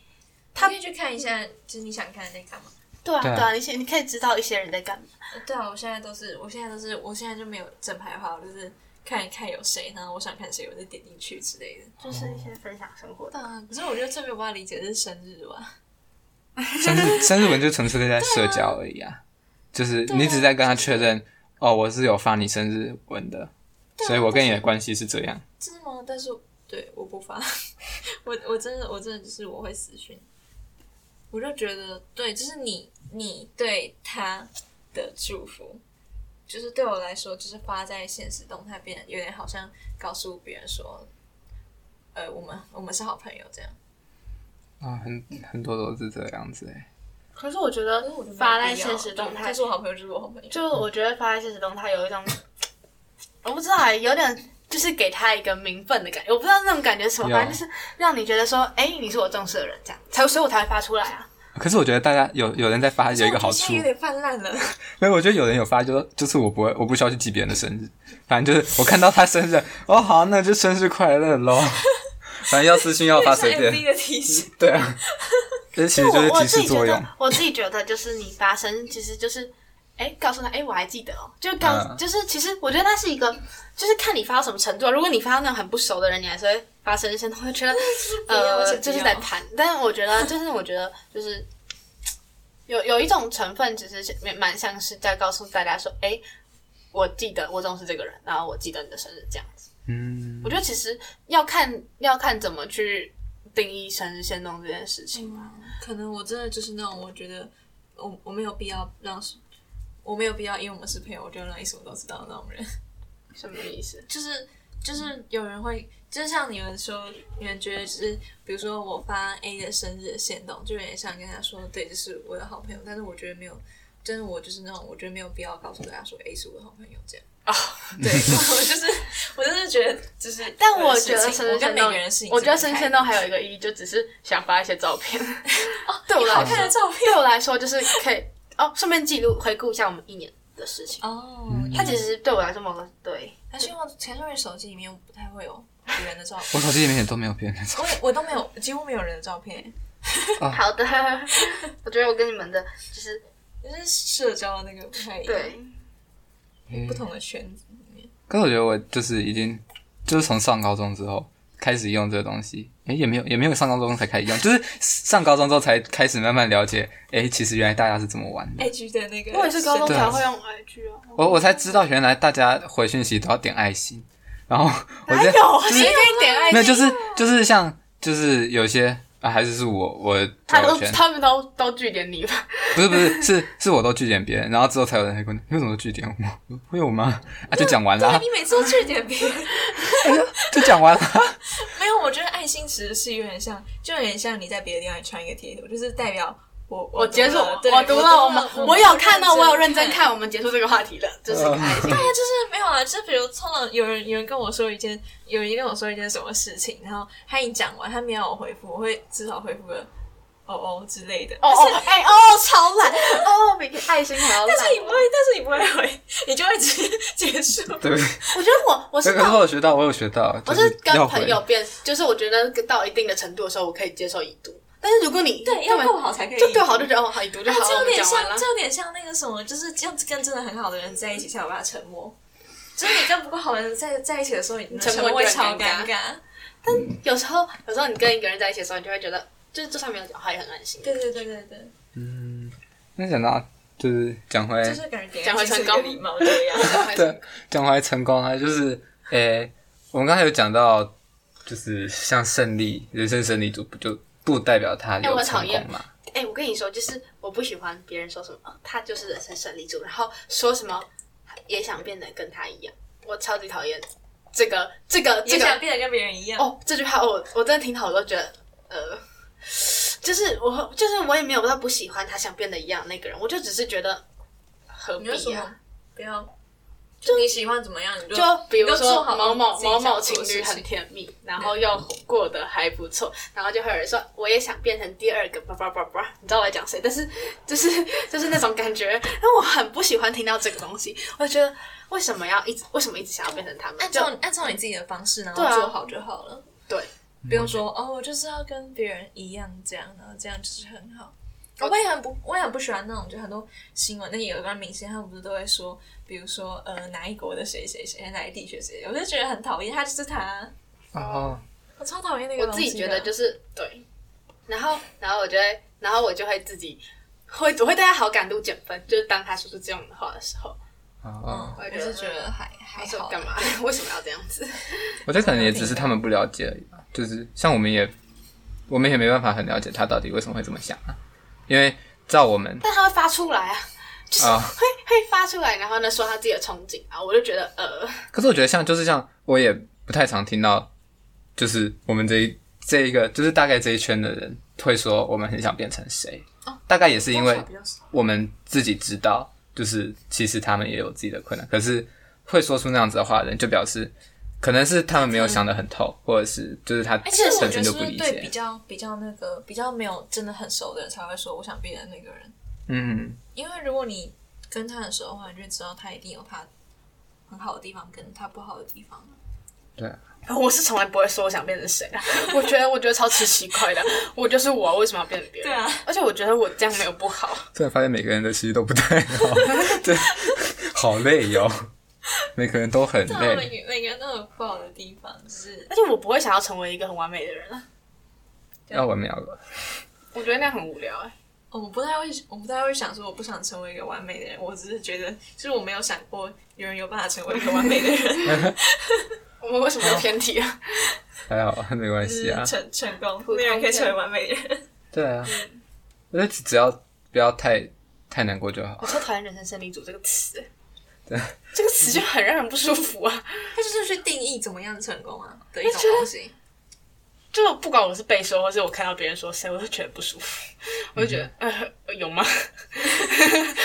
[SPEAKER 3] 他可以去看一下，就是你想看的那干嘛？
[SPEAKER 4] 对啊，
[SPEAKER 2] 对啊
[SPEAKER 4] 对啊，你先你可以知道一些人在干嘛，
[SPEAKER 3] 呃对啊，我现在都是，我现在都是，我现在就没有正牌的话，我就是看一看有谁，然后我想看谁，我就点进去之类的。
[SPEAKER 4] 就是一些分享生活的。
[SPEAKER 3] 啊，可是我觉得最没有办法理解的是生日吧。
[SPEAKER 2] 生日生日文就纯粹在社交而已啊，就是你只在跟他确认，哦，我是有发你生日文的，所以我跟你的关系是这样。
[SPEAKER 3] 真的吗？但是我对我不发， 我我真的我真的就是我会私讯，我就觉得对，就是你你对他的祝福，就是对我来说，就是发在现实动态，变得有点好像告诉别人说，呃，我们我们是好朋友这样。
[SPEAKER 2] 啊，很很多都是这样子哎、
[SPEAKER 4] 可是我觉得
[SPEAKER 3] 我就没有
[SPEAKER 4] 发在
[SPEAKER 3] 必要
[SPEAKER 4] 现实动态
[SPEAKER 3] 他，是我好朋友就是我好朋友，
[SPEAKER 4] 就我觉得发在现实动态有一种，我不知道、欸，有点就是给他一个名分的感觉，我不知道那种感觉是什么，
[SPEAKER 2] 有
[SPEAKER 4] 反正就是让你觉得说，哎、你是我重视的人，这样才所以我才会发出来啊。
[SPEAKER 2] 可是我觉得大家有有人在发 有一个好
[SPEAKER 3] 我觉得现
[SPEAKER 2] 处
[SPEAKER 3] 在有，点泛滥 了。
[SPEAKER 2] 没有，我觉得有人有发就说就是我不会，我不需要去记别人的生日，反正就是我看到他生日，哦好，那就生日快乐喽。 反正要私信要发随
[SPEAKER 3] MV
[SPEAKER 2] 便，
[SPEAKER 3] 的提醒，
[SPEAKER 2] 对啊，这其实就是
[SPEAKER 4] 我我
[SPEAKER 2] 提
[SPEAKER 4] 自
[SPEAKER 2] 示
[SPEAKER 4] 己觉
[SPEAKER 2] 作用
[SPEAKER 4] 得。，我自己觉得就是你发生，其实就是，哎、告诉他，哎、我还记得哦，就告、
[SPEAKER 2] 嗯
[SPEAKER 4] 就是其实我觉得那是一个，就是看你发到什么程度啊。如果你发到那种很不熟的人，你还是会发生一些，会觉得，
[SPEAKER 3] 我
[SPEAKER 4] 呃，
[SPEAKER 3] 想
[SPEAKER 4] 就是
[SPEAKER 3] 不
[SPEAKER 4] 在
[SPEAKER 3] 要
[SPEAKER 4] 盘。但我觉得，就是我觉得，就是有有一种成分，其实是蛮蛮像是在告诉大家说，哎、我记得我重视这个人，然后我记得你的生日这样子。
[SPEAKER 2] 嗯，
[SPEAKER 4] 我觉得其实要看要看怎么去定义生日限动这件事情。
[SPEAKER 3] 嗯可能我真的就是那种，我觉得我我没有必要让，我没有必要，因为我们是朋友，我就让你什么都知道的那种人。
[SPEAKER 4] 什么意思？
[SPEAKER 3] 就是就是有人会，就是像你们说，你们觉得就是，比如说我发 A 的生日的线动，就有点像跟他说，对，这是我的好朋友，但是我觉得没有。真的，我就是那种，我觉得没有必要告诉大家说 A 是我的好朋友这样。
[SPEAKER 4] 啊、
[SPEAKER 3] 对，我就是，我就是觉得，就是的事情，
[SPEAKER 4] 但我觉得生日
[SPEAKER 3] 我跟
[SPEAKER 4] 限
[SPEAKER 3] 每
[SPEAKER 4] 动
[SPEAKER 3] 个人是，
[SPEAKER 4] 我觉得生
[SPEAKER 3] 生
[SPEAKER 4] 日限动还有一个意义，就只是想发一些照 片。哦对我
[SPEAKER 3] 有哦好
[SPEAKER 4] 来
[SPEAKER 3] 看的
[SPEAKER 4] 说，
[SPEAKER 3] 照片
[SPEAKER 4] 对我来说就是可以哦，顺便记录回顾一下我们一年的事情。
[SPEAKER 3] 哦。
[SPEAKER 4] 它其实对我来说某个对，
[SPEAKER 3] 还是因为我陈瑞手机里面不太会有别人的照
[SPEAKER 2] 我
[SPEAKER 3] 片，
[SPEAKER 2] 手机里面也都没有别人的照
[SPEAKER 3] 我也我都没有，几乎没有人的照片，
[SPEAKER 4] 好的， 我觉得我跟你们的就是
[SPEAKER 3] 就是社交的那个不太一样，
[SPEAKER 4] 对，
[SPEAKER 2] 片
[SPEAKER 3] 不。同的圈子里面。
[SPEAKER 2] 可是我觉得我就是已经，就是从上高中之后开始用这个东西，诶、也没有也没有上高中才开始用，就是上高中之后才开始慢慢了解，诶、其实原来大家是怎么玩的。
[SPEAKER 3] IG 的那个，
[SPEAKER 4] 我也是高中
[SPEAKER 2] 对
[SPEAKER 4] 才会用 IG 啊。
[SPEAKER 2] 我我才知道原来大家回讯息都要点爱心，然 后我
[SPEAKER 4] 哪
[SPEAKER 2] 在
[SPEAKER 3] 哦
[SPEAKER 4] 有谁可以点爱
[SPEAKER 2] 没
[SPEAKER 4] 心？
[SPEAKER 2] 有就是就是像就是有些啊还是是我我的
[SPEAKER 4] 他
[SPEAKER 2] 朋
[SPEAKER 4] 都
[SPEAKER 2] 友圈
[SPEAKER 4] 他们都都拒点你吧？
[SPEAKER 2] 不是不是是是我都拒点别人，然后之后才有人会问你为什么都拒点我，会有吗？啊就讲完啦
[SPEAKER 3] 对，你每次都去点别人。
[SPEAKER 2] 就讲完啊啦。
[SPEAKER 3] 没有，我觉得爱心其实是有点像，就有点像你在别的地方你传一个贴图，就是代表我
[SPEAKER 4] 我结束，
[SPEAKER 3] 对
[SPEAKER 4] 我读了，我们我有看到，我有认真。看，我们结束这个话题了，就是个爱 心。哦
[SPEAKER 3] 对啊，就是没有啊，就是比如通常有人有人跟我说一件，有人跟我说一件什么事情，然后他一讲完，他没有我回复，我会至少回复个哦哦之类的。
[SPEAKER 4] 哦
[SPEAKER 3] 但是
[SPEAKER 4] 哦，哎哦，超懒哦，比爱心还要懒。
[SPEAKER 3] 但是你不会，但是你不会回，你就会直接结束。
[SPEAKER 2] 对，
[SPEAKER 4] 我觉得我 我
[SPEAKER 2] 这
[SPEAKER 4] 是
[SPEAKER 2] 个
[SPEAKER 4] 到
[SPEAKER 2] 是我有学到，我有学到，
[SPEAKER 4] 我
[SPEAKER 2] 就是
[SPEAKER 4] 跟
[SPEAKER 2] 要
[SPEAKER 4] 朋
[SPEAKER 2] 回
[SPEAKER 4] 友变，就是我觉得到一定的程度的时候，我可以接受已读。但是如果你
[SPEAKER 3] 对，
[SPEAKER 4] 根
[SPEAKER 3] 要
[SPEAKER 4] 本
[SPEAKER 3] 够好才可以。
[SPEAKER 4] 就对好就觉得哦好已读就
[SPEAKER 3] 啊
[SPEAKER 4] 好，
[SPEAKER 3] 这
[SPEAKER 4] 我
[SPEAKER 3] 有
[SPEAKER 4] 们
[SPEAKER 3] 点
[SPEAKER 4] 讲
[SPEAKER 3] 像
[SPEAKER 4] 完，了
[SPEAKER 3] 这。有点像那个什么，就是这样子跟真的很好的人在一起才有办法沉默。就是你跟不够好的人在在一起的时候，你
[SPEAKER 4] 沉
[SPEAKER 3] 沉
[SPEAKER 4] 默
[SPEAKER 3] 默
[SPEAKER 4] 就
[SPEAKER 3] 会
[SPEAKER 4] 很
[SPEAKER 3] 超尴
[SPEAKER 4] 尴
[SPEAKER 3] 尬。
[SPEAKER 4] 有时候有时候你跟一个人在一起的时候，你就会觉得，就是就算没有讲话也很 安心。
[SPEAKER 3] 对对对对对，
[SPEAKER 2] 那想到就是讲回
[SPEAKER 3] 就是感觉给人
[SPEAKER 4] 讲回成
[SPEAKER 3] 是一
[SPEAKER 4] 功
[SPEAKER 3] 个礼貌这样。
[SPEAKER 2] 对，讲回成功啊，就是诶、我们刚才有讲到，就是像胜利，人生胜利组不就不代表他
[SPEAKER 4] 哎
[SPEAKER 2] 有
[SPEAKER 4] 我讨
[SPEAKER 2] 成
[SPEAKER 4] 厌
[SPEAKER 2] 功嘛？
[SPEAKER 4] 哎、我跟你说，就是我不喜欢别人说什么、哦他就是人生胜利组，然后说什么也想变得跟他一样，我超级讨厌这个这个 这
[SPEAKER 3] 也
[SPEAKER 4] 个
[SPEAKER 3] 想变得跟别人一样。
[SPEAKER 4] 哦，这句话我我真的听到我都觉得，呃，就是我就是我也没有到不喜欢他想变得一样那个人，我就只是觉得何
[SPEAKER 3] 你就
[SPEAKER 4] 必
[SPEAKER 3] 说
[SPEAKER 4] 啊？
[SPEAKER 3] 不要，就你喜欢怎么样你就
[SPEAKER 4] 就比如
[SPEAKER 3] 你就
[SPEAKER 4] 说
[SPEAKER 3] 做好
[SPEAKER 4] 某某
[SPEAKER 3] 自己
[SPEAKER 4] 某
[SPEAKER 3] 想做
[SPEAKER 4] 某情
[SPEAKER 3] 的事
[SPEAKER 4] 侣很
[SPEAKER 3] 情
[SPEAKER 4] 甜蜜，然后又过得还不错，然后就会有人说我也想变成第二个，叭叭叭叭，你知道我在讲谁？但是就是就是那种感觉，然后我很不喜欢听到这个东西，我觉得为什么要一直为什么一直想要变成他们？
[SPEAKER 3] 按
[SPEAKER 4] 就
[SPEAKER 3] 照按照你自己的方式，然后
[SPEAKER 4] 对啊
[SPEAKER 3] 做好就好了。
[SPEAKER 4] 对，
[SPEAKER 2] 嗯
[SPEAKER 3] 不用说哦，我就是要跟别人一样这样，然后这样就是很好。
[SPEAKER 4] 哦
[SPEAKER 3] 我也很不，我也很不喜欢那种，就很多新闻，那有关明星，他们不是都会说，比如说呃哪一国的谁谁谁，哪一地区谁谁，我就觉得很讨厌，他就是他，
[SPEAKER 2] 哦，
[SPEAKER 3] 我超讨厌那个
[SPEAKER 4] 我
[SPEAKER 3] 东
[SPEAKER 4] 自
[SPEAKER 3] 西的。
[SPEAKER 4] 己觉得就是对，然后然后我就会，然后我就会自己会我会对他好感度减分，就是当他说出这样的话的时候，
[SPEAKER 2] 哦，
[SPEAKER 3] 嗯，我是觉得还还
[SPEAKER 4] 他说
[SPEAKER 3] 好，
[SPEAKER 4] 干嘛？ 为什么要这样子？
[SPEAKER 2] 我觉得可能也只是他们不了解而已吧，就是像我们也，我们也没办法很了解他到底为什么会这么想啊，因为照我们
[SPEAKER 4] 但他会发出来啊，
[SPEAKER 2] 啊、
[SPEAKER 4] 会会发出来，然后呢说他自己的憧憬啊，我就觉得呃，
[SPEAKER 2] 可是我觉得像就是像我也不太常听到，就是我们这一这一个就是大概这一圈的人会说我们很想变成谁，
[SPEAKER 4] 哦
[SPEAKER 2] 大概也是因为我们自己知道，就是其实他们也有自己的困难，可是会说出那样子的话的人，就表示可能是他们没有想得很透，或者是就是他
[SPEAKER 3] 嗯而且我
[SPEAKER 2] 本
[SPEAKER 3] 觉
[SPEAKER 2] 身就
[SPEAKER 3] 得
[SPEAKER 2] 是不
[SPEAKER 3] 不是
[SPEAKER 2] 理
[SPEAKER 3] 对比
[SPEAKER 2] 解，
[SPEAKER 3] 较比较那个比较没有真的很熟的人才会说我想变成那个人，
[SPEAKER 2] 嗯，
[SPEAKER 3] 因为如果你跟他很熟的话，你就知道他一定有他很好的地方跟他不好的地方。
[SPEAKER 2] 对，
[SPEAKER 4] 呃我是从来不会说我想变成谁啊， 我觉得我觉得超级奇怪的，我就是我啊，为什么要变成别人？
[SPEAKER 3] 对啊，
[SPEAKER 4] 而且我觉得我这样没有不好，
[SPEAKER 2] 突然发现每个人的其实都不太好，对，好累 哟、每个人都很
[SPEAKER 3] 对啊，
[SPEAKER 2] 累，
[SPEAKER 3] 每个每个人都有不好的地方，就是
[SPEAKER 4] 而且我不会想要成为一个很完美的人啊，
[SPEAKER 2] 要完美要了。
[SPEAKER 4] 我觉得那样很无聊哎、
[SPEAKER 3] 我们不太会，我们不太会想说我不想成为一个完美的人，我只是觉得，就是我没有想过有人有办法成为一个完美的人，
[SPEAKER 4] 我们为什么要偏题啊？
[SPEAKER 2] 还好，没关
[SPEAKER 3] 就
[SPEAKER 2] 系
[SPEAKER 3] 是
[SPEAKER 2] 啊。
[SPEAKER 3] 成成功，
[SPEAKER 4] 普通
[SPEAKER 3] 没有人可以成为完美的人。
[SPEAKER 2] 对啊，我觉得只只要不要太太难过就好
[SPEAKER 4] 我。超讨厌“人生胜利组”这个词，
[SPEAKER 2] 对，
[SPEAKER 4] 这个词就很让人不舒服啊！
[SPEAKER 3] 他就是去定义怎么样成功啊的一种东西。
[SPEAKER 4] 就不管我是被说，或是我看到别人说谁，我就觉得不舒服，我就觉得、呃有吗？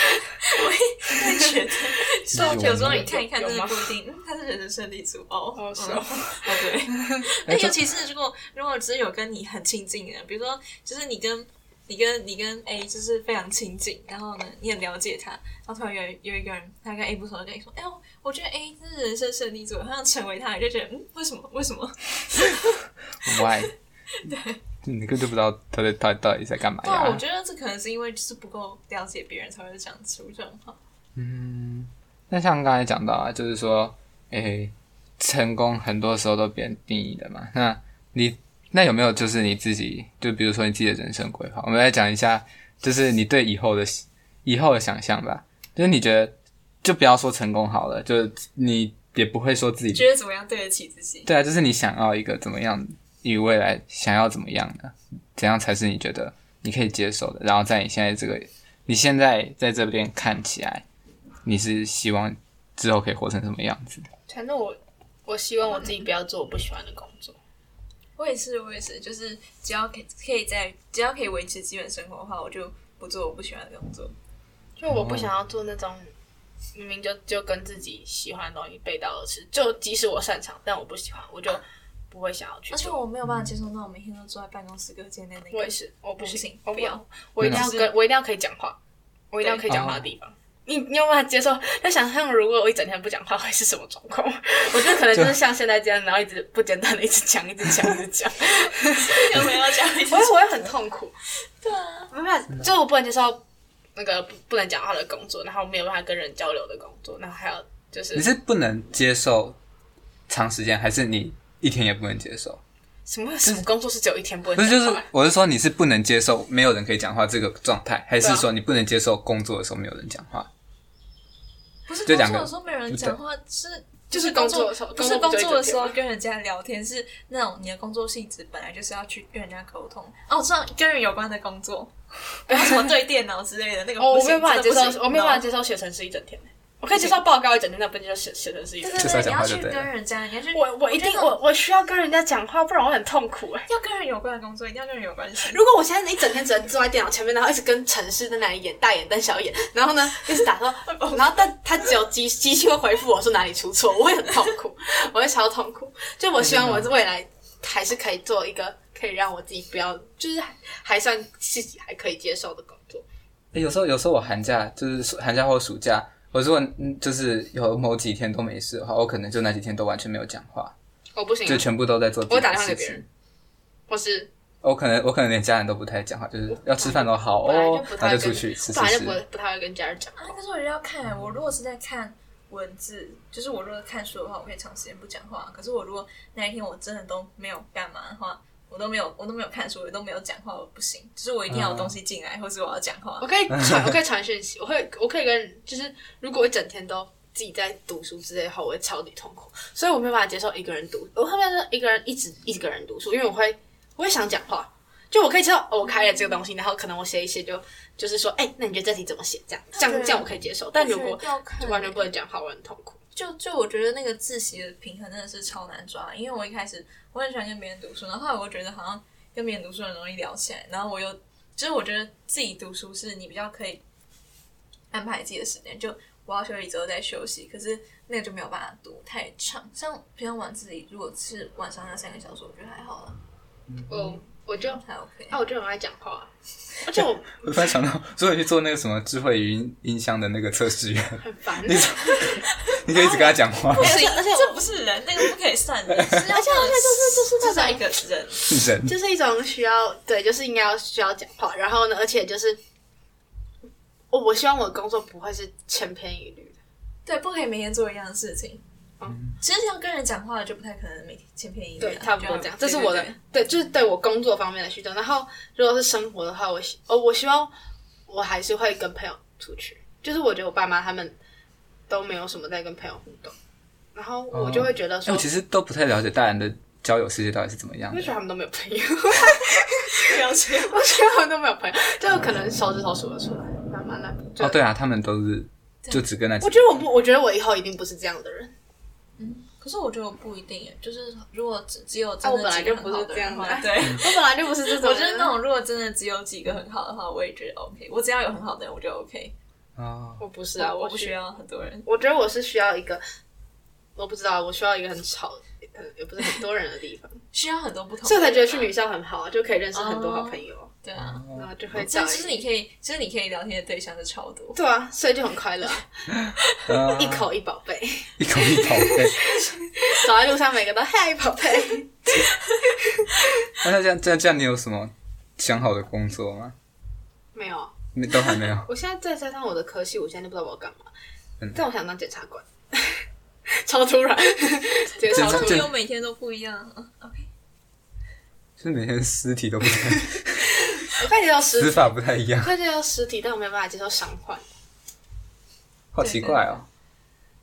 [SPEAKER 2] 有吗
[SPEAKER 3] 会觉得，就有时候你看一看，真的不一定，嗯他是人生胜利组哦。
[SPEAKER 4] 哦是
[SPEAKER 3] 嗯
[SPEAKER 4] 哦
[SPEAKER 3] 哦， 对。
[SPEAKER 2] 哎
[SPEAKER 3] 那
[SPEAKER 2] 这
[SPEAKER 3] 尤其是如果如果只是有跟你很亲近的人，比如说就是你跟你跟你跟 A 就是非常亲近，然后呢你很了解他，然后突然有有一个人他跟 A 不熟，就跟你说，哎呦，我觉得 A 真是人生胜利组，他想成为他，你就觉得嗯，为什么为什么？
[SPEAKER 2] Why？对，你根本就不知道他在他到底在干嘛
[SPEAKER 3] 对啊，我
[SPEAKER 2] 哎呀？
[SPEAKER 3] 觉得这可能是因为就是不够了解别人才会讲出这种话。
[SPEAKER 2] 嗯，那像刚才讲到啊，就是说，诶、成功很多时候都别人定义的嘛。那你那有没有就是你自己，就比如说你自己的人生规划？我们来讲一下，就是你对以后的以后的想象吧。就是你觉得，就不要说成功好了，就是你也不会说自己
[SPEAKER 3] 觉得怎么样对得起自己？
[SPEAKER 2] 对啊，就是你想要一个怎么样，你未来想要怎么样的，怎样才是你觉得你可以接受的？然后在你现在这个，你现在在这边看起来，你是希望之后可以活成什么样子？
[SPEAKER 4] 反正我我希望我自己不要做我不喜欢的工作。
[SPEAKER 3] 我也是，我也是，就是只要可以可以在只要可以维持基本生活的话，我就不做我不喜欢的工作。
[SPEAKER 4] 就我不想要做那种明明就就跟自己喜欢的东西背道而驰，就即使我擅长，但我不喜欢，我就不会想要去
[SPEAKER 3] 而且
[SPEAKER 4] 做。
[SPEAKER 3] 我没有办法接受那种每天都坐在办公室隔间内那
[SPEAKER 4] 嗯我
[SPEAKER 3] 个
[SPEAKER 4] 也。是，我不行
[SPEAKER 3] 行，
[SPEAKER 4] 我
[SPEAKER 3] 不要，
[SPEAKER 4] 我一定要
[SPEAKER 3] 就是
[SPEAKER 4] 跟我一定要可以讲话，我一定要可以讲话的地方。你你有办法接受？那想象如果我一整天不讲话会是什么状况？ 我觉得可能就是像现在这样，然后一直不间断的一直讲，一直讲，一直讲。
[SPEAKER 3] 有没有讲？
[SPEAKER 4] 我会我会很痛苦。 对啊，没办法，就我不能接受那个不不能讲话的工作，然后没有办法跟人交流的工作，然后还有就是
[SPEAKER 2] 你是不能接受长时间，还是你一天也不能接受？
[SPEAKER 4] 什么什么工作是只有一天不
[SPEAKER 2] 不
[SPEAKER 4] 能
[SPEAKER 2] 是，就
[SPEAKER 4] 讲话
[SPEAKER 2] 是我是说你是不能接受没有人可以讲话这个状态，还
[SPEAKER 4] 对
[SPEAKER 2] 是
[SPEAKER 4] 啊
[SPEAKER 2] 说你不能接受工作的时候没有人讲话？
[SPEAKER 3] 不是
[SPEAKER 2] 这
[SPEAKER 3] 工
[SPEAKER 2] 两
[SPEAKER 3] 作
[SPEAKER 2] 个
[SPEAKER 3] 的时候没有人讲话，是
[SPEAKER 4] 就是
[SPEAKER 3] 工
[SPEAKER 4] 工作的时候
[SPEAKER 3] 不是
[SPEAKER 4] 工
[SPEAKER 3] 工
[SPEAKER 4] 作
[SPEAKER 3] 作的
[SPEAKER 4] 不就一直
[SPEAKER 3] 时候
[SPEAKER 4] 聊
[SPEAKER 3] 跟人家聊天，是那种你的工作性质本来就是要去跟人家沟通。哦，我知道跟人有关的工 作，不要什么对电脑之类的那个
[SPEAKER 4] 哦，
[SPEAKER 3] 不
[SPEAKER 4] 我
[SPEAKER 3] 行。
[SPEAKER 4] 没有办法接
[SPEAKER 3] 真的不
[SPEAKER 4] 受，
[SPEAKER 3] 行
[SPEAKER 4] 我没有办法
[SPEAKER 3] no
[SPEAKER 4] 接受写程式一整天欸我可以接受报告一整天，但不能接受写写程式一整
[SPEAKER 3] 对
[SPEAKER 2] 就
[SPEAKER 4] 天。
[SPEAKER 2] 是要讲
[SPEAKER 3] 对对，你
[SPEAKER 2] 话
[SPEAKER 3] 要
[SPEAKER 2] 就
[SPEAKER 3] 去
[SPEAKER 2] 对了
[SPEAKER 3] 跟人家，你要去，
[SPEAKER 4] 我我一定
[SPEAKER 3] 觉得
[SPEAKER 4] 我我需要跟人家讲话，不然我很痛苦哎。
[SPEAKER 3] 要跟人有关的工作，一定要跟人有关系。
[SPEAKER 4] 如果我现在一整天只能坐在电脑前面，然后一直跟城市在那里演大眼瞪小眼，然后 呢一直打说，然后但他只有机机器会回复我说哪里出错，我会很痛苦，我会超痛苦。就我希望我未来还是可以做一个可以让我自己不要，就是还还算自己还可以接受的工作。
[SPEAKER 2] 欸有时候有时候我寒假就是暑寒假或暑假，我如果嗯就是有某几天都没事的话，我可能就那几天都完全没有讲话，
[SPEAKER 4] 我不行
[SPEAKER 2] 就全部都在做自
[SPEAKER 4] 啊我
[SPEAKER 2] 己
[SPEAKER 4] 打
[SPEAKER 2] 的
[SPEAKER 4] 电话给
[SPEAKER 2] 事
[SPEAKER 4] 别
[SPEAKER 2] 情
[SPEAKER 4] 人。我是
[SPEAKER 2] 我可能我可能连家人都不太讲话，就是要吃饭都好
[SPEAKER 4] 本来就
[SPEAKER 2] 哦
[SPEAKER 4] 不，太
[SPEAKER 2] 然后
[SPEAKER 4] 会
[SPEAKER 2] 就出
[SPEAKER 4] 跟
[SPEAKER 2] 去吃吃
[SPEAKER 4] 本来就
[SPEAKER 2] 吃
[SPEAKER 4] 不。不太会跟家人讲。
[SPEAKER 3] 啊，可是我觉得要看，我如果是在看文字，就是我如果看书的话，我可以长时间不讲话。可是我如果那一天我真的都没有干嘛的话，我都没有，我都没有看书，我都没有讲话，我不行。就是我一定要有东西进来，或是我要讲话
[SPEAKER 4] 我。可以传，我可以传讯息，我会，我可以跟，就是如果我一整天都自己在读书之类的话，我会超级痛苦，所以我没有办法接受一个人读，我后面是一个人一直一个人读书，因为我会，我会想讲话，就我可以知道、哦、我开了这个东西，然后可能我写一写就就是说，哎、那你觉得这题怎么写？这样，这样
[SPEAKER 3] 对
[SPEAKER 4] 这样我可以接受，但如
[SPEAKER 3] 我
[SPEAKER 4] 果
[SPEAKER 3] 觉得要看欸
[SPEAKER 4] 就完全不能讲话，我很痛苦。
[SPEAKER 3] 就就我觉得那个自习的平衡真的是超难抓，因为我一开始我很喜欢跟别人读书，然后后来我觉得好像跟别人读书很容易聊起来，然后我又就是我觉得自己读书是你比较可以安排自己的时间，就我要休息之后再休息，可是那个就没有办法读太长。像平常晚自习，如果是晚上那三个小时，我觉得还好了，
[SPEAKER 4] 我我就，
[SPEAKER 3] 还 OK。
[SPEAKER 4] 啊，我就很爱讲话，而且我
[SPEAKER 2] 我突然想到，如果你去做那个什么智慧语音音箱的那个测试员，
[SPEAKER 4] 很烦。
[SPEAKER 2] 你可以一直跟他讲话，
[SPEAKER 3] 而且
[SPEAKER 4] 而且
[SPEAKER 3] 哎这不是人，那个不可以算 人，而且而且就是
[SPEAKER 4] 就是那种
[SPEAKER 3] 在一个人，
[SPEAKER 2] 是人。
[SPEAKER 4] 就是一种需要，对，就是应该要需要讲话。然后呢，而且就是，我我希望我的工作不会是千篇一律的。
[SPEAKER 3] 对，不可以每天做一样的事情。
[SPEAKER 4] 嗯
[SPEAKER 3] 其实要跟人讲话就不太可能每天千篇一律啊，
[SPEAKER 4] 对，差不多
[SPEAKER 3] 就
[SPEAKER 4] 这样。这是我的，对，就是对我工作方面的需求。然后，如果是生活的话，我希哦，我希望我还是会跟朋友出去。就是我觉得我爸妈他们都没有什么在跟朋友互动，然后我就会觉得
[SPEAKER 2] 哎
[SPEAKER 4] 说，
[SPEAKER 2] 我其实都不太了解大人的交友世界到底是怎么样
[SPEAKER 4] 我就
[SPEAKER 2] 的
[SPEAKER 4] 觉。得他们都没有朋友。
[SPEAKER 3] 了解。
[SPEAKER 4] 我觉得他们都没有朋友，就可能手指头数得出来，慢慢来。就
[SPEAKER 2] 哦，对啊，他们都是就只跟那几
[SPEAKER 4] 我觉得我不，我觉得我以后一定不是这样的人。
[SPEAKER 3] 可是我觉得我不一定耶，就是如果只只有
[SPEAKER 4] 啊
[SPEAKER 3] 真
[SPEAKER 4] 我
[SPEAKER 3] 的
[SPEAKER 4] 本来
[SPEAKER 3] 几个
[SPEAKER 4] 就
[SPEAKER 3] 很
[SPEAKER 4] 不是
[SPEAKER 3] 好的
[SPEAKER 4] 这
[SPEAKER 3] 人
[SPEAKER 4] 样
[SPEAKER 3] 的
[SPEAKER 4] 的
[SPEAKER 3] 话对，
[SPEAKER 4] 我本来就不是这种人，
[SPEAKER 3] 我就是那种如果真的只有几个很好的话，我也觉得 OK。我只要有很好的人，我就 OK。
[SPEAKER 2] 哦，
[SPEAKER 4] 我不是
[SPEAKER 3] 对
[SPEAKER 4] 啊，
[SPEAKER 3] 我
[SPEAKER 4] 我
[SPEAKER 3] 不需。要很多人。
[SPEAKER 4] 我觉得我是需要一个，我不知道，我需要一个很吵，呃，也不是很多人的地 方，
[SPEAKER 3] 需要很多不同的人啊，
[SPEAKER 4] 所以我才觉得去女校很好啊，就可以认识很多好朋友，
[SPEAKER 3] 对啊，
[SPEAKER 4] 然后就
[SPEAKER 3] 这
[SPEAKER 4] 会找
[SPEAKER 3] 样
[SPEAKER 4] 一
[SPEAKER 3] 就是你可以，就是你可以聊天的对象就超多，
[SPEAKER 4] 对啊，所以就很快乐啊，
[SPEAKER 2] 啊
[SPEAKER 4] 一口 一宝贝，
[SPEAKER 2] 一口一口对。
[SPEAKER 4] 走在路上每个都嗨宝贝，
[SPEAKER 2] 那那这样这样这样，你有什么想好的工作吗？
[SPEAKER 4] 没有啊，。
[SPEAKER 2] 你都还没有
[SPEAKER 4] 我现在再加上我的科系，我现在就不知道我要干嘛，
[SPEAKER 2] 嗯
[SPEAKER 4] 但我想当检察官， 超突然，直接
[SPEAKER 2] 检
[SPEAKER 4] 超
[SPEAKER 2] 察
[SPEAKER 4] 突
[SPEAKER 2] 这
[SPEAKER 3] 啊朋
[SPEAKER 4] 然
[SPEAKER 3] 友每天都不一样。啊 OK，
[SPEAKER 2] 就是每天尸体都不太，
[SPEAKER 4] 我快接受
[SPEAKER 2] 死
[SPEAKER 4] 实，
[SPEAKER 2] 法不太一样
[SPEAKER 4] 我，快接受实体，但我没有办法接受伤患。
[SPEAKER 2] 好奇怪哦。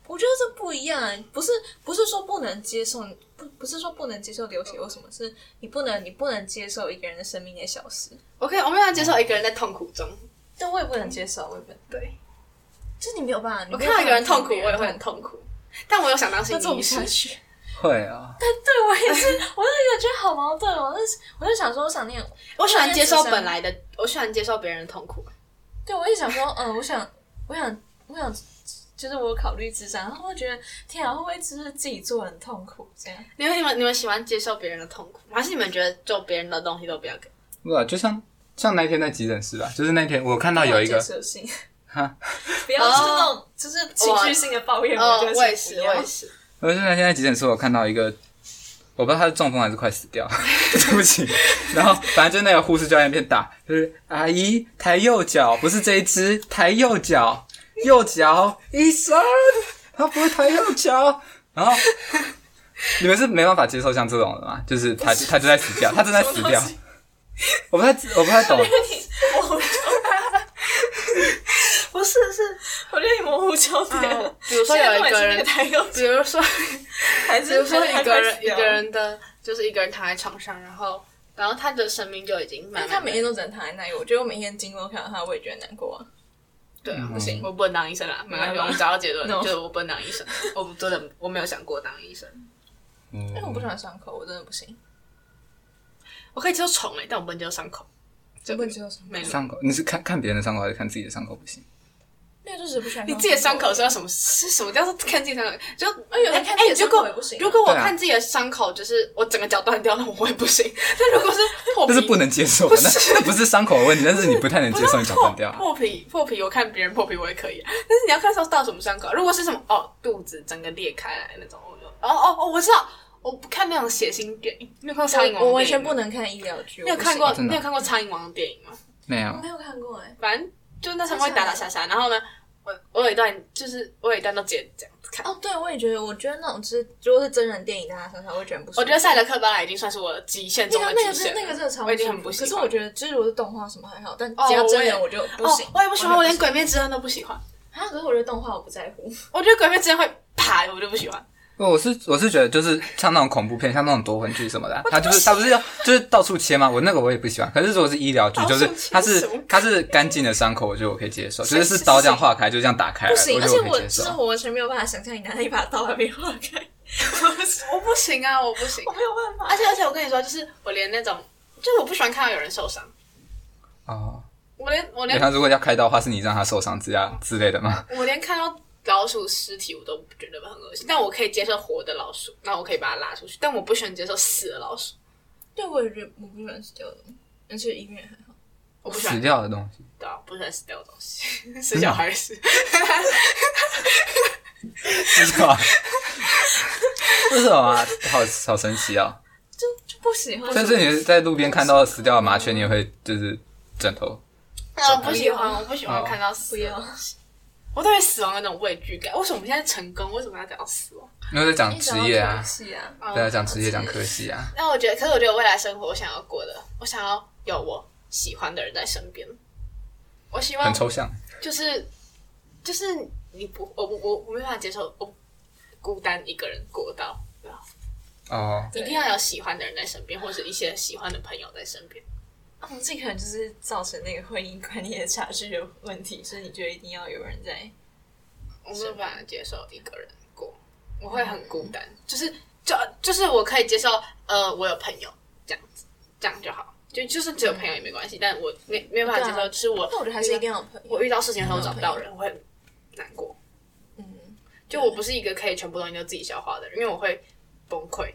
[SPEAKER 3] 我觉得这不一样、欸，不是不是说不能接受，不不是说不能接受流血或什么，是你不能你不能接受一个人的生命的消失。
[SPEAKER 4] 我可以，我没有办法接受一个人在痛苦中。
[SPEAKER 3] 但我也不能接受，我也不能，
[SPEAKER 4] 对，
[SPEAKER 3] 就是你没有办法，你
[SPEAKER 4] 我
[SPEAKER 3] 没
[SPEAKER 4] 看
[SPEAKER 3] 有办
[SPEAKER 4] 到一
[SPEAKER 3] 法
[SPEAKER 4] 个人痛苦，
[SPEAKER 3] 别
[SPEAKER 4] 我也会很痛苦。但我有想当心
[SPEAKER 3] 那做
[SPEAKER 4] 理
[SPEAKER 3] 不
[SPEAKER 4] 医
[SPEAKER 3] 下
[SPEAKER 4] 师，
[SPEAKER 3] 去。
[SPEAKER 2] 会啊，
[SPEAKER 3] 对我也是，我那个觉得好矛盾哦。但是我就想说，我想念，
[SPEAKER 4] 我喜欢接受本来的，我喜欢接受别人的痛苦。啊
[SPEAKER 3] 对我也想说，嗯，我想，我想，我想，就是我考虑智商，然后我觉得天啊，会不会就是自己做很痛苦这样？
[SPEAKER 4] 你们你们你们喜欢接受别人的痛苦吗，还是你们觉得就别人的东西都不要给？
[SPEAKER 2] 对啊，就像像那天在急诊室吧，就是那天我看到有一个
[SPEAKER 3] 建设性，
[SPEAKER 2] 哈，
[SPEAKER 3] 不要是那种就是情绪性的抱怨，
[SPEAKER 4] 哦
[SPEAKER 3] 觉，得
[SPEAKER 4] 我也
[SPEAKER 3] 不
[SPEAKER 4] 是，
[SPEAKER 3] 要
[SPEAKER 4] 我也是。
[SPEAKER 2] 我就是那天在急诊室，我看到一个，我不知道他是中风还是快死掉， 对不起。然后反正就那个护士教练变打，就是阿姨抬右脚，不是这一只，抬右脚，右脚，医生，他不会抬右脚。然后你们是没办法接受像这种的吗？就是他他就在死掉，他正在死掉。我不太我不太懂，
[SPEAKER 3] 我
[SPEAKER 4] 不是是，
[SPEAKER 3] 我觉得你模糊焦点了
[SPEAKER 4] 嗯。比如说有一个人
[SPEAKER 3] 哦现在到底是那抬右脚，
[SPEAKER 4] 比如说，
[SPEAKER 3] 还
[SPEAKER 4] 比
[SPEAKER 3] 是
[SPEAKER 4] 如说一个人
[SPEAKER 3] 还是
[SPEAKER 4] 一个人的，就是一个人躺在床上，然后然后他的生命就已经慢
[SPEAKER 3] 但
[SPEAKER 4] 慢
[SPEAKER 3] 他每天都只能躺在那里，我觉得我每天经过看到他，我也觉得难过啊。
[SPEAKER 4] 对啊，
[SPEAKER 2] 不行
[SPEAKER 4] 我不能当医生啦，没关系，
[SPEAKER 3] 没办法
[SPEAKER 4] 我们找到结论
[SPEAKER 3] No
[SPEAKER 4] 就是我不能当医生，我不真的我没有想过当医生，
[SPEAKER 2] 嗯
[SPEAKER 3] 因为我不喜欢伤口，我真的不行。
[SPEAKER 4] 我可以接受虫哎，但我不能接受伤口，就
[SPEAKER 3] 不能接受伤口
[SPEAKER 4] 没
[SPEAKER 2] 伤口，你是看看别人的伤口还是看自己的伤口不行？
[SPEAKER 3] 那个就是不喜欢
[SPEAKER 4] 你自己的伤口是要什么？是什么叫做看自己的伤口？就
[SPEAKER 3] 哎有人看自己的伤口也不行啊
[SPEAKER 4] 如果我
[SPEAKER 2] 对啊
[SPEAKER 4] 看自己的伤口，就是我整个脚断掉，那我会不行。 但如果是破皮，
[SPEAKER 2] 那是不能接受的，那那不是伤口的问题，但是你不太能接受你脚断掉。啊
[SPEAKER 4] 破皮破皮，我看别人破皮我也可以啊。但是你要看到到什么伤口，如果是什么哦肚子整个裂开来那种，我就哦哦哦，我知道，我不看那种血腥电影。你有看过《苍蝇王》？
[SPEAKER 3] 我完全不。能看医疗剧。
[SPEAKER 4] 你有
[SPEAKER 3] 我不
[SPEAKER 4] 看
[SPEAKER 3] 行
[SPEAKER 4] 过？
[SPEAKER 2] 啊真的
[SPEAKER 4] 你有看过《苍蝇王》的电影吗？
[SPEAKER 2] 没有
[SPEAKER 3] 我，没有看过哎。
[SPEAKER 4] 反正就那时候会打打杀杀，然后呢，我我有一段就是我有一段都剪这样子看。
[SPEAKER 3] 哦，对，我也觉得，我觉得那种就是如果是真人电影，大家身上我会觉得很不舒服。
[SPEAKER 4] 我觉得《赛德克巴莱》已经算是我的极限
[SPEAKER 3] 那
[SPEAKER 4] 中
[SPEAKER 3] 个
[SPEAKER 4] 的
[SPEAKER 3] 那个
[SPEAKER 4] 极
[SPEAKER 3] 是
[SPEAKER 4] 限了，
[SPEAKER 3] 那个真的超
[SPEAKER 4] 我已经
[SPEAKER 3] 舒
[SPEAKER 4] 很
[SPEAKER 3] 服
[SPEAKER 4] 不喜
[SPEAKER 3] 可
[SPEAKER 4] 欢。
[SPEAKER 3] 是我觉得，就是如果是动画什么还好，但
[SPEAKER 4] 哦
[SPEAKER 3] 只要真人
[SPEAKER 4] 我
[SPEAKER 3] 我
[SPEAKER 4] 也
[SPEAKER 3] 就不
[SPEAKER 4] 哦
[SPEAKER 3] 行，，
[SPEAKER 4] 我也不喜欢，我
[SPEAKER 3] 完全
[SPEAKER 4] 连鬼灭之刃都不喜欢。
[SPEAKER 3] 不行啊。可是我觉得动画我不在乎，
[SPEAKER 4] 我觉得鬼灭之刃会啪，我就不喜欢。
[SPEAKER 2] 我是我是觉得就是像那种恐怖片，像那种夺魂剧什么的啊，它就是它不是要就是到处切吗？我那个我也不喜欢。可是如果是医疗剧，
[SPEAKER 4] 到
[SPEAKER 2] 就
[SPEAKER 4] 处切
[SPEAKER 2] 是它
[SPEAKER 4] 什
[SPEAKER 2] 是
[SPEAKER 4] 么
[SPEAKER 2] 它是干净的伤口，我觉得我可以接受，就是是是刀这样划开，就这样打开来，
[SPEAKER 3] 不
[SPEAKER 2] 哎我觉
[SPEAKER 3] 行。而
[SPEAKER 2] 得
[SPEAKER 3] 且
[SPEAKER 2] 可
[SPEAKER 3] 我
[SPEAKER 2] 以接
[SPEAKER 3] 就是
[SPEAKER 2] 受。
[SPEAKER 3] 我完全没有办法想象你拿一把刀还没划开，
[SPEAKER 4] 我不行啊， 我不行
[SPEAKER 3] 我。没有办法。
[SPEAKER 4] 而且而且我跟你说，就是我连那种，就是我不喜欢看到有人受伤。
[SPEAKER 2] 哦，
[SPEAKER 4] 我连我
[SPEAKER 2] 对
[SPEAKER 4] 连
[SPEAKER 2] 他如果要开刀的话，是你让他受伤之啊之类的吗？
[SPEAKER 4] 我连看到老鼠尸体我都觉得很恶心，但我可以接受活的老鼠，那我可以把它拉出去，但我不喜欢接受死的老鼠，
[SPEAKER 3] 对，我也觉得我不喜欢死掉的东西，而且音乐还好。
[SPEAKER 4] 我不喜
[SPEAKER 2] 死
[SPEAKER 4] 欢，
[SPEAKER 2] 掉的东西，
[SPEAKER 4] 对啊，不喜欢死掉的东西， 死小孩是。
[SPEAKER 2] 是什么？啊为什么啊？好好神奇哦！
[SPEAKER 3] 就就不喜欢。
[SPEAKER 2] 但是你在路边看到死掉的麻雀，你也会就是枕头。
[SPEAKER 4] 那我不喜欢，我不喜欢
[SPEAKER 2] 哦
[SPEAKER 4] 看到死
[SPEAKER 3] 不
[SPEAKER 4] 的
[SPEAKER 3] 要，
[SPEAKER 4] 我对死亡有那种畏惧感。为什么我们现在成功？为什么要讲到死亡？嗯
[SPEAKER 2] 因为在讲
[SPEAKER 3] 你
[SPEAKER 2] 职
[SPEAKER 3] 想要
[SPEAKER 2] 业
[SPEAKER 3] 做游
[SPEAKER 2] 啊，
[SPEAKER 3] 戏啊，
[SPEAKER 2] 对啊，讲职业讲科系啊。
[SPEAKER 4] 那我觉得，可是我觉得未来生活，我想要过的，我想要有我喜欢的人在身边。我希望
[SPEAKER 2] 很抽象，
[SPEAKER 4] 就是就是你不，我我我我没办法接受我孤单一个人过到，对吧？
[SPEAKER 2] 哦，
[SPEAKER 4] 一定要有喜欢的人在身边，或者一些喜欢的朋友在身边。
[SPEAKER 3] 哦，这可能就是造成那个婚姻观念的差距的问题，所以你觉得一定要有人在？
[SPEAKER 4] 我没有办法接受一个人过，
[SPEAKER 3] 嗯
[SPEAKER 4] 我会很孤单。就是就就是我可以接受，呃，我有朋友这样子，这样就好。就就是只有朋友也没关系，但我没没有办法接
[SPEAKER 3] 对
[SPEAKER 4] 受，
[SPEAKER 3] 啊
[SPEAKER 4] 就是我
[SPEAKER 3] 那我觉得还是一定要有朋
[SPEAKER 4] 我
[SPEAKER 3] 友。
[SPEAKER 4] 遇到事情的时候找不到人，我会很难过。
[SPEAKER 3] 嗯，
[SPEAKER 4] 就我不是一个可以全部东西都自己消化的人，因为我会崩溃，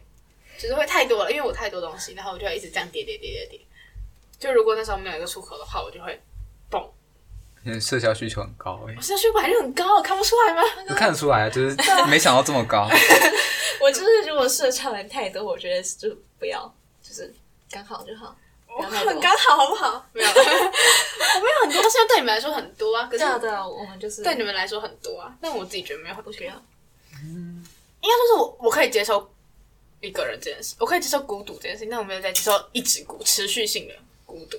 [SPEAKER 4] 就是会太多了，因为我太多东西，然后我就会一直这样叠叠叠叠叠。就如果那时候没有一个出口的话，我就会崩。
[SPEAKER 2] 你的社交需求很高哎
[SPEAKER 4] 我、社区本来就很高，看不出来吗？
[SPEAKER 2] 我看得出来啊，就是没想到这么高。
[SPEAKER 3] 我就是如果社交人太多，我觉得就不要，就是刚好就好。
[SPEAKER 4] 我
[SPEAKER 3] 不要太多
[SPEAKER 4] 很刚好，好不好？没有， 我没有很多，现在对你们来说很多啊，可
[SPEAKER 3] 对
[SPEAKER 4] 是
[SPEAKER 3] 啊对啊，我们就是
[SPEAKER 4] 对你们来说很多啊，但我自己觉得没有很
[SPEAKER 3] 不需要。
[SPEAKER 4] 应该说是我我可以接受一个人这件事，我可以接受孤独这件事情，但我没有在接受一直孤持续性的孤独。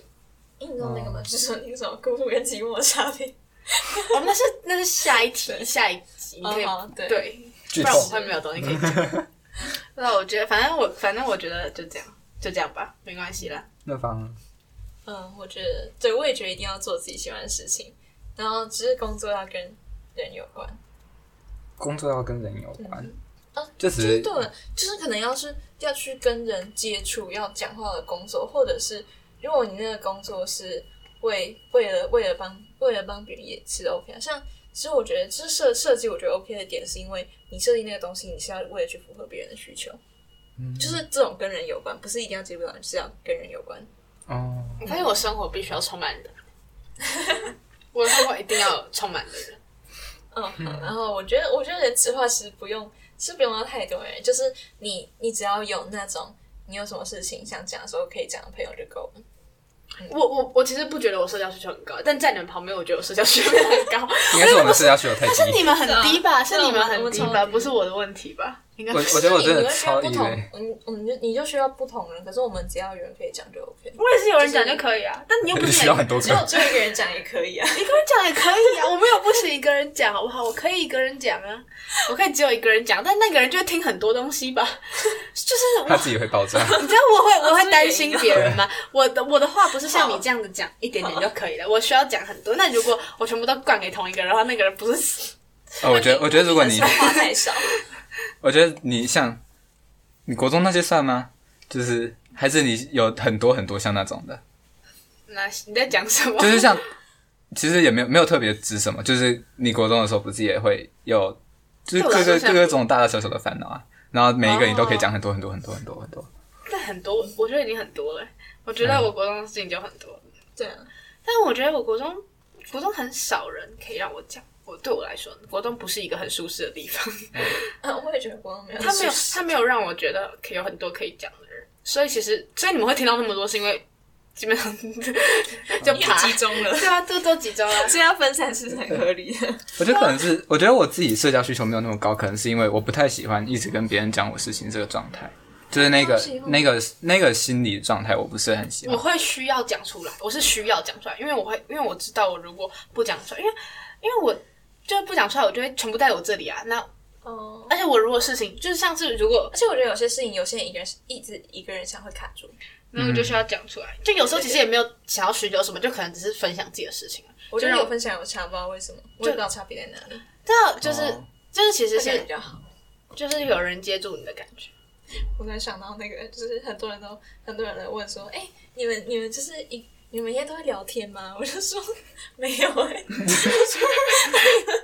[SPEAKER 3] 诶你知道那个吗？就是说那个什么孤独跟寂寞的差别。
[SPEAKER 4] 哦，那是那是下一题，下一集你可以、
[SPEAKER 3] 哦对
[SPEAKER 4] 对，
[SPEAKER 1] 剧
[SPEAKER 4] 不
[SPEAKER 1] 透
[SPEAKER 4] 然我会没有东西可以讲。那我觉得，反正我反正我觉得就这样，就这样吧，没关系啦。
[SPEAKER 2] 那方呢
[SPEAKER 3] 嗯，我觉得对，我也觉得一定要做自己喜欢的事情，然后只是工作要跟人有关。
[SPEAKER 2] 工作要跟人有关，
[SPEAKER 3] 啊
[SPEAKER 2] 就
[SPEAKER 3] 就
[SPEAKER 2] 只
[SPEAKER 3] 是
[SPEAKER 2] 是
[SPEAKER 3] 对我，就是可能要是要去跟人接触、要讲话的工作，或者是如果你那个工作是为为了为了帮为了帮别人也是 OK 啊。像其实我觉得，就是设设计，我觉得 OK 的点是因为你设计那个东西，你是要为了去符合别人的需求，
[SPEAKER 2] 嗯
[SPEAKER 3] 就是这种跟人有关，不是一定要接不到，就是要跟人有关。
[SPEAKER 2] 哦，
[SPEAKER 4] 我发现我生活必须要充 满人，我的生活一定要有充满的人。
[SPEAKER 3] 嗯，好然后我觉得，我觉得人际化其实不用是不用到太多人，就是你你只要有那种你有什么事情想讲的时候可以讲的朋友就够了。
[SPEAKER 4] 我我我其实不觉得我社交需求很高，但在你们旁边，我觉得我社交需求很 高。
[SPEAKER 2] 应该是我们社交需求 太低。
[SPEAKER 4] 你们很低吧？
[SPEAKER 3] 是
[SPEAKER 4] 是
[SPEAKER 3] 啊
[SPEAKER 4] 你们很低
[SPEAKER 3] 我们
[SPEAKER 4] 吧？
[SPEAKER 3] 超低
[SPEAKER 4] 不是我的问题吧？应该
[SPEAKER 2] 我
[SPEAKER 4] 不是
[SPEAKER 2] 我觉得我
[SPEAKER 3] 你
[SPEAKER 2] 真
[SPEAKER 3] 你
[SPEAKER 2] 的
[SPEAKER 3] 会需要
[SPEAKER 2] 超
[SPEAKER 3] 不
[SPEAKER 2] 异
[SPEAKER 3] 同
[SPEAKER 2] 类，，
[SPEAKER 3] 嗯，我们就你就需要不同人，可是我们只要有人可以讲就 OK。
[SPEAKER 4] 我也是有人讲就可以啊，但你又不
[SPEAKER 2] 就是需
[SPEAKER 4] 每
[SPEAKER 2] 要
[SPEAKER 4] 个
[SPEAKER 2] 很
[SPEAKER 4] 人
[SPEAKER 2] 多
[SPEAKER 3] 只
[SPEAKER 2] 个
[SPEAKER 3] 有。只有一个人讲也可以啊。
[SPEAKER 4] 讲也可以啊，我没有不行一个人讲好不好？我可以一个人讲啊，我可以只有一个人讲，但那个人就会听很多东西吧。就是
[SPEAKER 2] 他
[SPEAKER 4] 我，
[SPEAKER 2] 自己会爆炸，
[SPEAKER 4] 你知道我会我
[SPEAKER 3] 哦
[SPEAKER 4] 会
[SPEAKER 3] 是
[SPEAKER 4] 担
[SPEAKER 3] 原
[SPEAKER 4] 心
[SPEAKER 3] 因啊
[SPEAKER 4] 别人吗？ 我的我的话不是像你这样子讲一点点就可以了，我需要讲很多。那如果我全部都灌给同一个人的话，那个人不是死？
[SPEAKER 2] 哦， 我觉得，我 觉得如果你
[SPEAKER 3] 说，话太少，
[SPEAKER 2] 我觉得你像你国中那些算吗？就是还是你有很多很多像那种的，
[SPEAKER 4] 那你在讲什 么？
[SPEAKER 2] 就是像其实也没有没有特别指什么，就是你国中的时候不是也会有，就是
[SPEAKER 4] 对我来
[SPEAKER 2] 各
[SPEAKER 4] 说
[SPEAKER 2] 个
[SPEAKER 4] 像
[SPEAKER 2] 各种大大小小的烦恼啊，然后每一个你都可以讲很多很多很多很多很多，
[SPEAKER 4] 但很多，我觉得已经很多了。我觉
[SPEAKER 2] 嗯
[SPEAKER 4] 得我国中的事情就很多了，
[SPEAKER 3] 对啊，
[SPEAKER 4] 但我觉得我国中国中很少人可以让我讲。我对我来说，国中不是一个很舒适的 地方。
[SPEAKER 3] 啊，我也觉得国中没有，
[SPEAKER 4] 他没有，他没有让我觉得可以有很多可以讲的人，所以其
[SPEAKER 2] 嗯
[SPEAKER 4] 实，所以你们会听到那么多，是因为基本上 就爬，
[SPEAKER 3] 集中了，
[SPEAKER 4] 对啊，都都集中啊。
[SPEAKER 3] 这要分散是很合理的。
[SPEAKER 2] 我觉得可能
[SPEAKER 4] 哦
[SPEAKER 2] 是，我觉得我自己社交需求没有那么高，可能是因为我不太喜欢一直跟别人讲我事情这个状态，就是那
[SPEAKER 4] 哦
[SPEAKER 2] 个
[SPEAKER 3] 我喜欢
[SPEAKER 2] 那个那个心理状态，我不是很喜
[SPEAKER 4] 我
[SPEAKER 2] 欢。
[SPEAKER 4] 会需要讲出来，我是需要讲出来，因为我会，因为我知道我如果不讲出来，因为因为我就是不讲出来，我就会全部带我这里啊。那
[SPEAKER 3] 哦，
[SPEAKER 4] 而且我如果事情就是上次如果
[SPEAKER 3] 而且我觉得有些事情，有些人一个人一直一个人想会卡住。
[SPEAKER 4] 那我就需要讲出来，就有时候其实也没有想要寻求什么，就可能只是分享自己的事情啊。
[SPEAKER 3] 我觉得
[SPEAKER 4] 就让
[SPEAKER 3] 有分享有差，不知道为什么，我也不知道差别在哪里。
[SPEAKER 4] 这就是、
[SPEAKER 2] 哦
[SPEAKER 4] 就是其实
[SPEAKER 3] 这样
[SPEAKER 4] 是
[SPEAKER 3] 比较好。
[SPEAKER 4] 就是有人接住你的感觉。
[SPEAKER 3] 我能想到那个，就是很多人都很多人来问说，哎、你们你们就是一你们每天都会聊天吗？我就说没有哎、欸，我说那你们那你们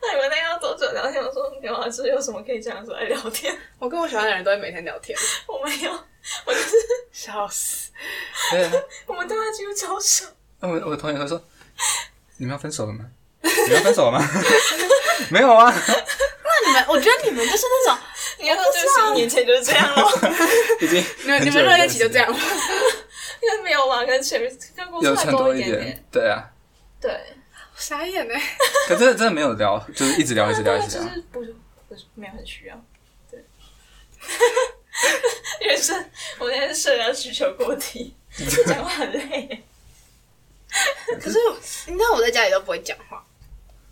[SPEAKER 3] 那你们那要多久聊天？我说没有啊，就是有什么可以这样说来聊天。
[SPEAKER 4] 我跟我喜欢的人都会每天聊天，
[SPEAKER 3] 我没有，我就是
[SPEAKER 4] 笑死！
[SPEAKER 2] 对啊
[SPEAKER 3] 我们对话几乎超少。
[SPEAKER 2] 那我我同学会说：“你们要分手了吗？你们要分手了 吗？”没有啊，
[SPEAKER 4] 那你们，我觉得你们就是那种，
[SPEAKER 3] 你要说就是一年前就是这样咯，
[SPEAKER 2] 已经
[SPEAKER 4] 你们
[SPEAKER 2] 很
[SPEAKER 4] 你
[SPEAKER 2] 久
[SPEAKER 4] 们
[SPEAKER 2] 了
[SPEAKER 4] 热恋期就这，样了。
[SPEAKER 3] 因为没有嘛，跟前面跟 工
[SPEAKER 2] 有
[SPEAKER 3] 作还
[SPEAKER 2] 很多
[SPEAKER 3] 一
[SPEAKER 2] 一
[SPEAKER 3] 点
[SPEAKER 2] 点，对啊。
[SPEAKER 3] 对，
[SPEAKER 4] 傻眼欸呢、
[SPEAKER 2] 可真的真的没有聊，啊就是一直聊一直聊一直
[SPEAKER 3] 啊就
[SPEAKER 2] 聊。
[SPEAKER 3] 是不不是没有很需要，对， 因为是我那天社交需求过 低，就讲话很累。
[SPEAKER 4] 可是你知道我在家里都不会讲话，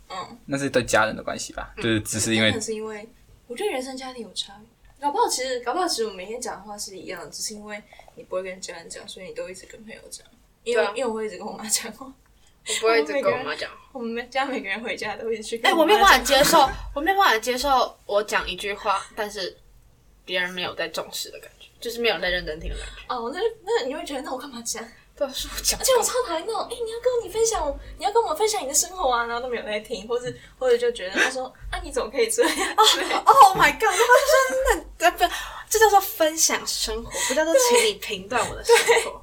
[SPEAKER 3] 嗯，
[SPEAKER 2] 那是对家人的关系吧，就是只是因为
[SPEAKER 3] 可能是因为我觉得原生家庭有差别，搞不好其实搞不好其实我每天讲的话是一样的，只是因为你不会跟家人讲，所以你都一直跟朋友讲。因为、
[SPEAKER 4] 对啊
[SPEAKER 3] 因为我会一直跟我妈讲话，
[SPEAKER 4] 我不会一直跟我妈讲话。
[SPEAKER 3] 我们家每个人回家都一直去跟
[SPEAKER 4] 哎、我
[SPEAKER 3] 妈
[SPEAKER 4] 没有办
[SPEAKER 3] 讲
[SPEAKER 4] 法接受， 我没有办法接受我讲一句话，但是别人没有在重视的感觉，就是没有在认真听的感觉。
[SPEAKER 3] 哦，那就那你会觉得那我干嘛讲？
[SPEAKER 4] 对，是我讲
[SPEAKER 3] 而且我超讨厌那种，哎、你要跟你分享，你要跟我分享你的生活啊，然后都没有在听，或是或者就觉得他说，啊，你怎么可以这样？ 哦，
[SPEAKER 4] Oh my god！我真的，不，这叫做分享生活，不叫做请你评断我的生 活。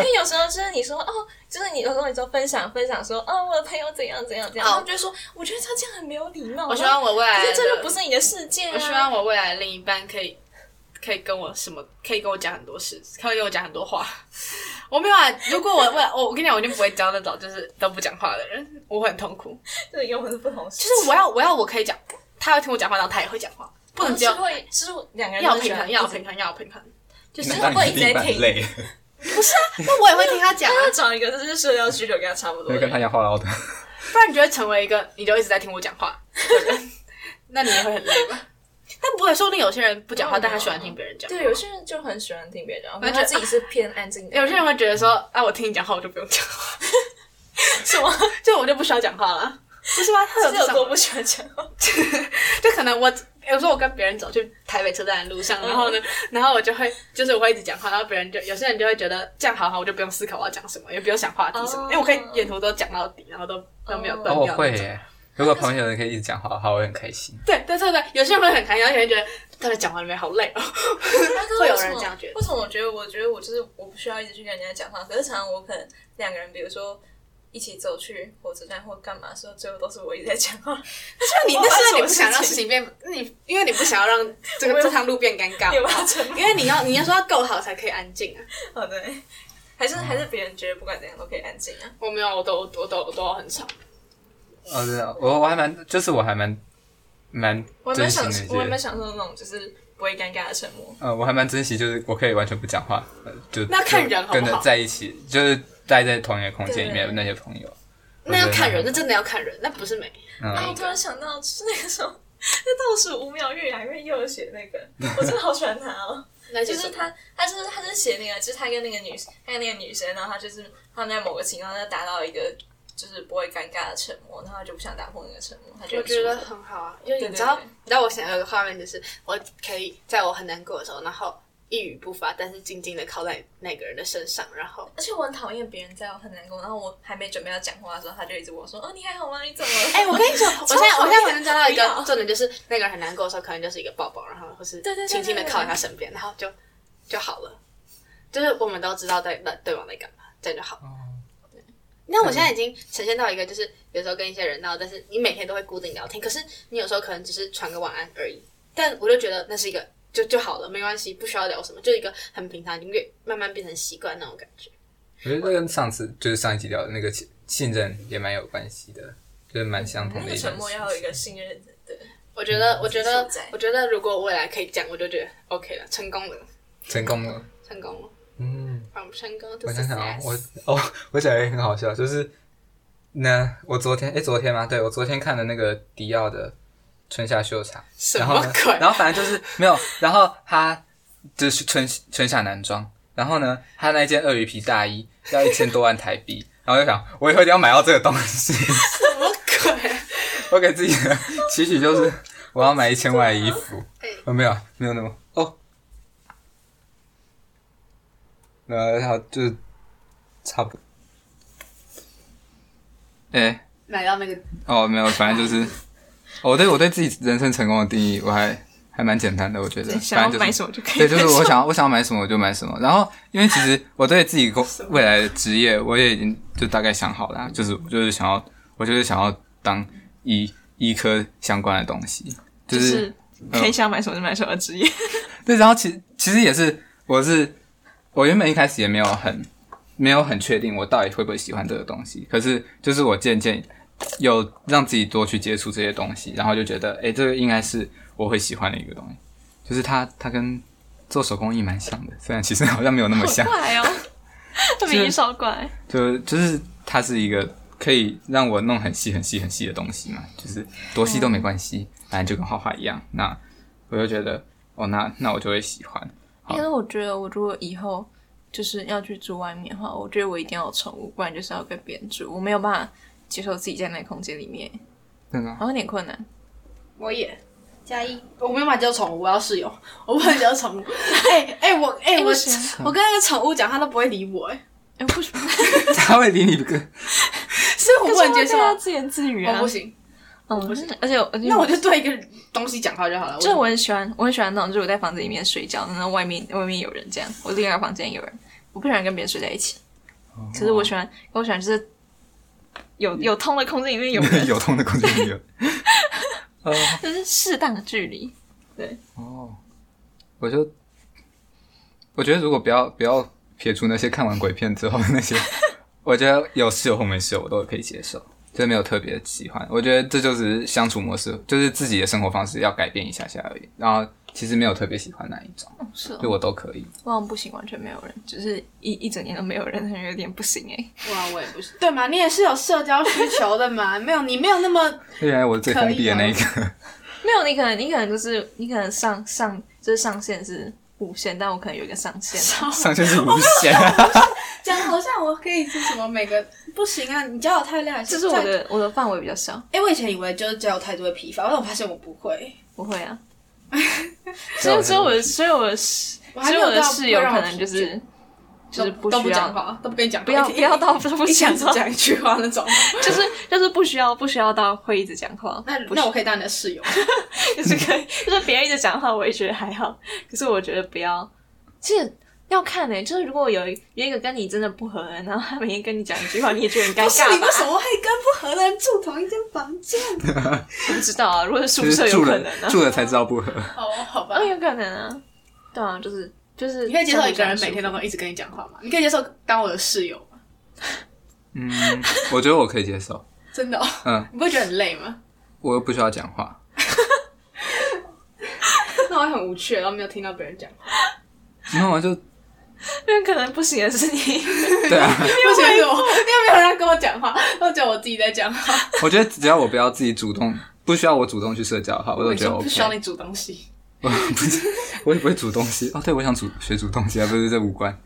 [SPEAKER 3] 因为有时候就是你说，哦，就是你有时候你说分享分享说，哦，我的朋友怎样怎样怎样，
[SPEAKER 4] 哦
[SPEAKER 3] 他们就会说，我觉得他这样很没有礼貌。
[SPEAKER 4] 我希望我未来
[SPEAKER 3] 可
[SPEAKER 4] 的
[SPEAKER 3] 是这就不是你的世界啊。
[SPEAKER 4] 我希望我未来的另一半可以可以跟我什么，可以跟我讲很多事，可以跟我讲很多话。我没有啊，如果我未来，我我跟你讲，我一定不会交那种就是都不讲话的人，我会很痛苦。
[SPEAKER 3] 就是永远是不同世
[SPEAKER 4] 就
[SPEAKER 3] 界。
[SPEAKER 4] 是我要我要我可以讲，他会听我讲话，然后他也会讲话，不能只
[SPEAKER 3] 哦是
[SPEAKER 4] 有
[SPEAKER 3] 会是两个人
[SPEAKER 4] 要
[SPEAKER 3] 都喜
[SPEAKER 4] 平
[SPEAKER 3] 欢
[SPEAKER 4] 衡，要平衡，要平衡。
[SPEAKER 3] 就是
[SPEAKER 1] 那
[SPEAKER 3] 会
[SPEAKER 1] 你是另
[SPEAKER 3] 一直
[SPEAKER 1] 一
[SPEAKER 3] 在
[SPEAKER 1] 半
[SPEAKER 3] 停。
[SPEAKER 1] 累，
[SPEAKER 4] 那我也会听他讲啊，
[SPEAKER 3] 要找一个就是社交需求跟他差不多
[SPEAKER 2] 就跟
[SPEAKER 3] 的，
[SPEAKER 2] 他讲话 唠的。
[SPEAKER 4] 不然你就会成为一个你就一直在听我讲话的人， 那你也会很累吧？但不会，说不定有啊些人不讲话，但他喜欢听别人讲。
[SPEAKER 3] 对，有些人就很喜欢听别人讲，
[SPEAKER 4] 而
[SPEAKER 3] 而
[SPEAKER 4] 且
[SPEAKER 3] 他自己是偏安静的。
[SPEAKER 4] 有些人会觉得说，啊，我听你讲话，我就不用讲 话，
[SPEAKER 3] 什么？
[SPEAKER 4] 就我就不需要讲话了，不是吗？他
[SPEAKER 3] 这
[SPEAKER 4] 有这
[SPEAKER 3] 有多
[SPEAKER 4] 种
[SPEAKER 3] 不喜欢讲话？
[SPEAKER 4] 就可能我有时候我跟别人走去台北车站的路上，然后呢，然后我就会就是我会一直讲话，然后别人就有些人就会觉得这样好好，我就不用思考我要讲什么，也不用想话题什么，
[SPEAKER 3] 哦
[SPEAKER 4] 因为我可以沿途都讲到底，然后都都没有断
[SPEAKER 2] 哦，我
[SPEAKER 4] 掉。
[SPEAKER 2] 会耶。如果朋友可以一直讲话的话，我会很开心。
[SPEAKER 4] 对对对对，有些人会很开心，然后有些人觉得他们讲完了没，好累 哦。会有人这样觉得
[SPEAKER 3] 为什么我觉得？我觉得我就是我不需要一直去跟人家讲话，可是常常我可能两个人，比如说一起走去火车站或干嘛的时候，最后都是我一直在讲话，
[SPEAKER 4] 你那是因为你不想
[SPEAKER 3] 我发生
[SPEAKER 4] 让
[SPEAKER 3] 什么事情
[SPEAKER 4] 事情变，你因为你不想要让这
[SPEAKER 3] 我
[SPEAKER 4] 个
[SPEAKER 3] 有
[SPEAKER 4] 这趟路变尴尬
[SPEAKER 3] 有，没有成功？
[SPEAKER 4] 因为 你要你要说要够好才可以安静啊。
[SPEAKER 3] 哦，对，还
[SPEAKER 4] 哦
[SPEAKER 3] 是还是别人觉得不管怎样都可以安静啊。
[SPEAKER 4] 我没有，我都我都我都我都很吵。
[SPEAKER 2] 哦，真的，我我还蛮，就是我还蛮蛮
[SPEAKER 3] 我还
[SPEAKER 2] 珍
[SPEAKER 3] 蛮
[SPEAKER 2] 惜
[SPEAKER 3] 享
[SPEAKER 2] 那
[SPEAKER 3] 受，我还蛮
[SPEAKER 2] 些，
[SPEAKER 3] 享受那种就是不会尴尬的沉默。
[SPEAKER 2] 呃，我还蛮珍惜，就是我可以完全不讲话，呃就
[SPEAKER 4] 那看人好不好
[SPEAKER 2] 就跟着在一起，就是待在同一个空间里面
[SPEAKER 3] 对
[SPEAKER 2] 那些朋友。
[SPEAKER 4] 那要看人，
[SPEAKER 2] 我觉
[SPEAKER 4] 那
[SPEAKER 2] 得
[SPEAKER 4] 真的要看人，那不是美。
[SPEAKER 2] 那
[SPEAKER 3] 啊！
[SPEAKER 2] 嗯，
[SPEAKER 3] 我突然想到，就是那个时候， 那倒数五秒越来越右写那个，我真的好喜欢他哦。
[SPEAKER 4] 那
[SPEAKER 3] 就是他，他就是他就是写那个，就是他跟那个女，他跟那个女生，然后他就是他们在某个情况下达到一个就是不会尴尬的沉默，然后他就不想打破那个沉默，他就
[SPEAKER 4] 我觉得
[SPEAKER 3] 很舒服
[SPEAKER 4] 很好啊，因为
[SPEAKER 3] 对
[SPEAKER 4] 你
[SPEAKER 3] 对
[SPEAKER 4] 知道，
[SPEAKER 3] 对
[SPEAKER 4] 你知道我想要有个画面，就是我可以在我很难过的时候，然后一语不发，但是静静的靠在那个人的身上，然后
[SPEAKER 3] 而且我很讨厌别人在我很难过，然后我还没准备要讲话的时候，他就一直问我说：“哦，你还好吗？你怎么了？”
[SPEAKER 4] 哎、我跟你说，我现在
[SPEAKER 3] 超讨
[SPEAKER 4] 我
[SPEAKER 3] 厌
[SPEAKER 4] 现在完全抓到一个
[SPEAKER 3] 不要
[SPEAKER 4] 重点，就是那个人很难过的时候，可能就是一个抱抱，然后或是
[SPEAKER 3] 对对对
[SPEAKER 4] 轻轻的
[SPEAKER 3] 对对
[SPEAKER 4] 靠在他身边，然后就就好了。就是我们都知道对那对方在干嘛，这样就好。对那我现在已经呈现到一个，就是有时候跟一些人闹，但是你每天都会固定聊天，可是你有时候可能只是传个晚安而已。但我就觉得那是一个就就好了，没关系，不需要聊什么，就一个很平常，已经越慢慢变成习惯那种感觉。
[SPEAKER 2] 我觉得这跟上次就是上一集聊的那个信信任也蛮有关系的，就是蛮相同
[SPEAKER 3] 那
[SPEAKER 2] 的
[SPEAKER 3] 个
[SPEAKER 2] 一件
[SPEAKER 3] 沉
[SPEAKER 2] 事
[SPEAKER 3] 默要有一个信任的，对，
[SPEAKER 4] 我觉得，我觉得
[SPEAKER 3] 自嗯己所在，
[SPEAKER 4] 我觉得，如果未来可以讲，我就觉得 OK 了，成功了，
[SPEAKER 2] 成功了。
[SPEAKER 4] 成功了。
[SPEAKER 2] 嗯，
[SPEAKER 4] from 成功
[SPEAKER 2] 我
[SPEAKER 4] to
[SPEAKER 2] 想想啊
[SPEAKER 4] success。，
[SPEAKER 2] 我 哦，我讲一个很好笑，就是那我昨天诶，昨天吗？对我昨天看的那个迪奥的春夏秀场，
[SPEAKER 4] 什
[SPEAKER 2] 然后
[SPEAKER 4] 么
[SPEAKER 2] 呢
[SPEAKER 4] 鬼？
[SPEAKER 2] 然后反正就是没有，然后他就是春春夏男装，然后呢，他那件鳄鱼皮大衣要一千多万台币，然后就想我以后一定要买到这个东西，
[SPEAKER 4] 什么鬼？
[SPEAKER 2] 我给自己的期许就是我要买一千万的衣服
[SPEAKER 4] 哎，
[SPEAKER 2] 哦，没有没有那么哦，呃，然后就差不多，哎、
[SPEAKER 4] 买到那个
[SPEAKER 2] 哦，没有，反正就是，我对我对自己人生成功的定义，我还还蛮简单的，我觉得。反正就是，
[SPEAKER 3] 么就可
[SPEAKER 2] 对，就是我想要我想要买什么我就买什么。然后，因为其实我对自己工未来的职业，我也已经就大概想好了啊，就是我就是想要，我就是想要当医医科相关的东西，就是、嗯可以
[SPEAKER 3] 想买什么就买什么职业，
[SPEAKER 2] 对。然后其其实也是，我是我原本一开始也没有很没有很确定我到底会不会喜欢这个东西，可是就是我渐渐有让自己多去接触这些东西，然后就觉得，哎、这个应该是我会喜欢的一个东西，就是它它跟做手工艺蛮像的，虽然其实好像没有那么像，
[SPEAKER 3] 怪哦，
[SPEAKER 2] 比你
[SPEAKER 3] 少怪。
[SPEAKER 2] 就就是它是一个可以让我弄很细很细很细的东西嘛，就是多细都没关系，反正就跟画画一样。那我就觉得，哦，那那我就会喜欢。好
[SPEAKER 3] 因为我觉得，我如果以后就是要去住外面的话，我觉得我一定要有宠物，不然就是要跟别人住，我没有办法接受自己在那个空间里面，
[SPEAKER 2] 真的吗，
[SPEAKER 3] 好像有点困难。
[SPEAKER 4] 我也加一，我没有买只有宠物，我要室友， 我不能叫宠物。哎哎、我哎、我
[SPEAKER 3] 不行
[SPEAKER 4] 我跟那个宠物讲，它都不会理我、哎，
[SPEAKER 3] 哎，为什么？
[SPEAKER 2] 他会理你个
[SPEAKER 4] 所以我不能接受啊，
[SPEAKER 3] 自言自语
[SPEAKER 4] 我不行，
[SPEAKER 3] 嗯，
[SPEAKER 4] 不行
[SPEAKER 3] 而且我，而且
[SPEAKER 4] 那我就对一个东西讲话就好了。
[SPEAKER 3] 就是我很喜欢，我很喜欢那种，就是我在房子里面睡觉，然后外面外面有人这样，我另外一个房间有人，我不喜欢跟别人睡在一起。可是我
[SPEAKER 2] 哦
[SPEAKER 3] 喜欢，我喜欢就是有有通的空间里面有人，
[SPEAKER 2] 有痛的空间里 有。呃，
[SPEAKER 3] 就是适当的距离。
[SPEAKER 2] 哦，我就我觉得如果不要不要 撇除那些看完鬼片之后的那些，我觉得有室友或没室友我都可以接受。就没有特别喜欢。我觉得这就只是相处模式，就是自己的生活方式要改变一下下而已。然后其实没有特别喜欢哪一种，
[SPEAKER 3] 是哦
[SPEAKER 2] 对我都可以。
[SPEAKER 3] 我好像不行，完全没有人，就是一一整年都没有人，很有点不行哎、
[SPEAKER 4] 哇，我也不是，对嘛，你也是有社交需求的 嘛，没有你没有那么
[SPEAKER 2] 原来我是最封闭的那一个，
[SPEAKER 3] 没有，你可能你可能就是你可能上上就是上限是无限，但我可能有一个上 限。
[SPEAKER 2] 上限是无 限。
[SPEAKER 4] 讲好像我可以是什么每个不行啊，你交友太累还
[SPEAKER 3] 就是我的我的范围比较小，
[SPEAKER 4] 哎、我以前以为就是交友态度会疲乏，但我发现我不会，
[SPEAKER 3] 不会 啊。所以，所以我的，所以我的，
[SPEAKER 4] 我还
[SPEAKER 3] 所以
[SPEAKER 4] 没
[SPEAKER 3] 我
[SPEAKER 4] 有
[SPEAKER 3] 的
[SPEAKER 4] 到
[SPEAKER 3] 室友
[SPEAKER 4] 不会让我
[SPEAKER 3] 可能就
[SPEAKER 4] 疲倦
[SPEAKER 3] 是就是
[SPEAKER 4] 都
[SPEAKER 3] 不
[SPEAKER 4] 都
[SPEAKER 3] 需
[SPEAKER 4] 不讲
[SPEAKER 3] 要，
[SPEAKER 4] 话，都不跟你讲话，
[SPEAKER 3] 不要
[SPEAKER 4] 一
[SPEAKER 3] 不要
[SPEAKER 4] 一
[SPEAKER 3] 到都不
[SPEAKER 4] 一
[SPEAKER 3] 讲
[SPEAKER 4] 讲就
[SPEAKER 3] 话，
[SPEAKER 4] 讲一句话那种。
[SPEAKER 3] 就是就是不需要不需要到会一直讲 话。
[SPEAKER 4] 那
[SPEAKER 3] 不需
[SPEAKER 4] 那我可以当你的 室友，
[SPEAKER 3] 就是可以，就是别人一直讲话，我也觉得还好。可是我觉得不要，其实要看呢、欸就是如果有一有一个跟你真的不合的人，然后他每天跟你讲一句话，你也觉得很尴
[SPEAKER 4] 不是你
[SPEAKER 3] 尬吧
[SPEAKER 4] 为？什么会跟不合的人住同一间房间？
[SPEAKER 3] 不知道啊，如果是宿
[SPEAKER 2] 就
[SPEAKER 3] 舍
[SPEAKER 2] 是
[SPEAKER 3] 有
[SPEAKER 2] 住
[SPEAKER 3] 可
[SPEAKER 2] 了
[SPEAKER 3] 能啊，
[SPEAKER 2] 住了才知道不 合。
[SPEAKER 4] 哦，好吧
[SPEAKER 3] 啊，有可能啊，对啊，就是就是
[SPEAKER 4] 你可以接受一个人每天
[SPEAKER 3] 都
[SPEAKER 4] 都能一直跟你讲话吗？你可以接受当我的室友吗？
[SPEAKER 2] 嗯，我觉得我可以接受。
[SPEAKER 4] 真的、哦，
[SPEAKER 2] 嗯，
[SPEAKER 4] 你不会觉得很累吗？
[SPEAKER 2] 我又不需要讲话。
[SPEAKER 4] 那我很无趣，然后没有听到别人讲话，
[SPEAKER 2] 那啊我就
[SPEAKER 3] 因为可能不行的是你，
[SPEAKER 2] 对啊，
[SPEAKER 4] 为什么我？ 因为没有人要跟我讲话，都只有我自己在讲话。
[SPEAKER 2] 我觉得只要我不要自己主动，不需要我主动去社交的话，我都
[SPEAKER 4] 我
[SPEAKER 2] 觉得
[SPEAKER 4] 说
[SPEAKER 2] OK。
[SPEAKER 4] 不需要你煮东西，
[SPEAKER 2] 我不是， 我也不会煮东西。哦，对，我想煮学煮东西啊，不是这无 关。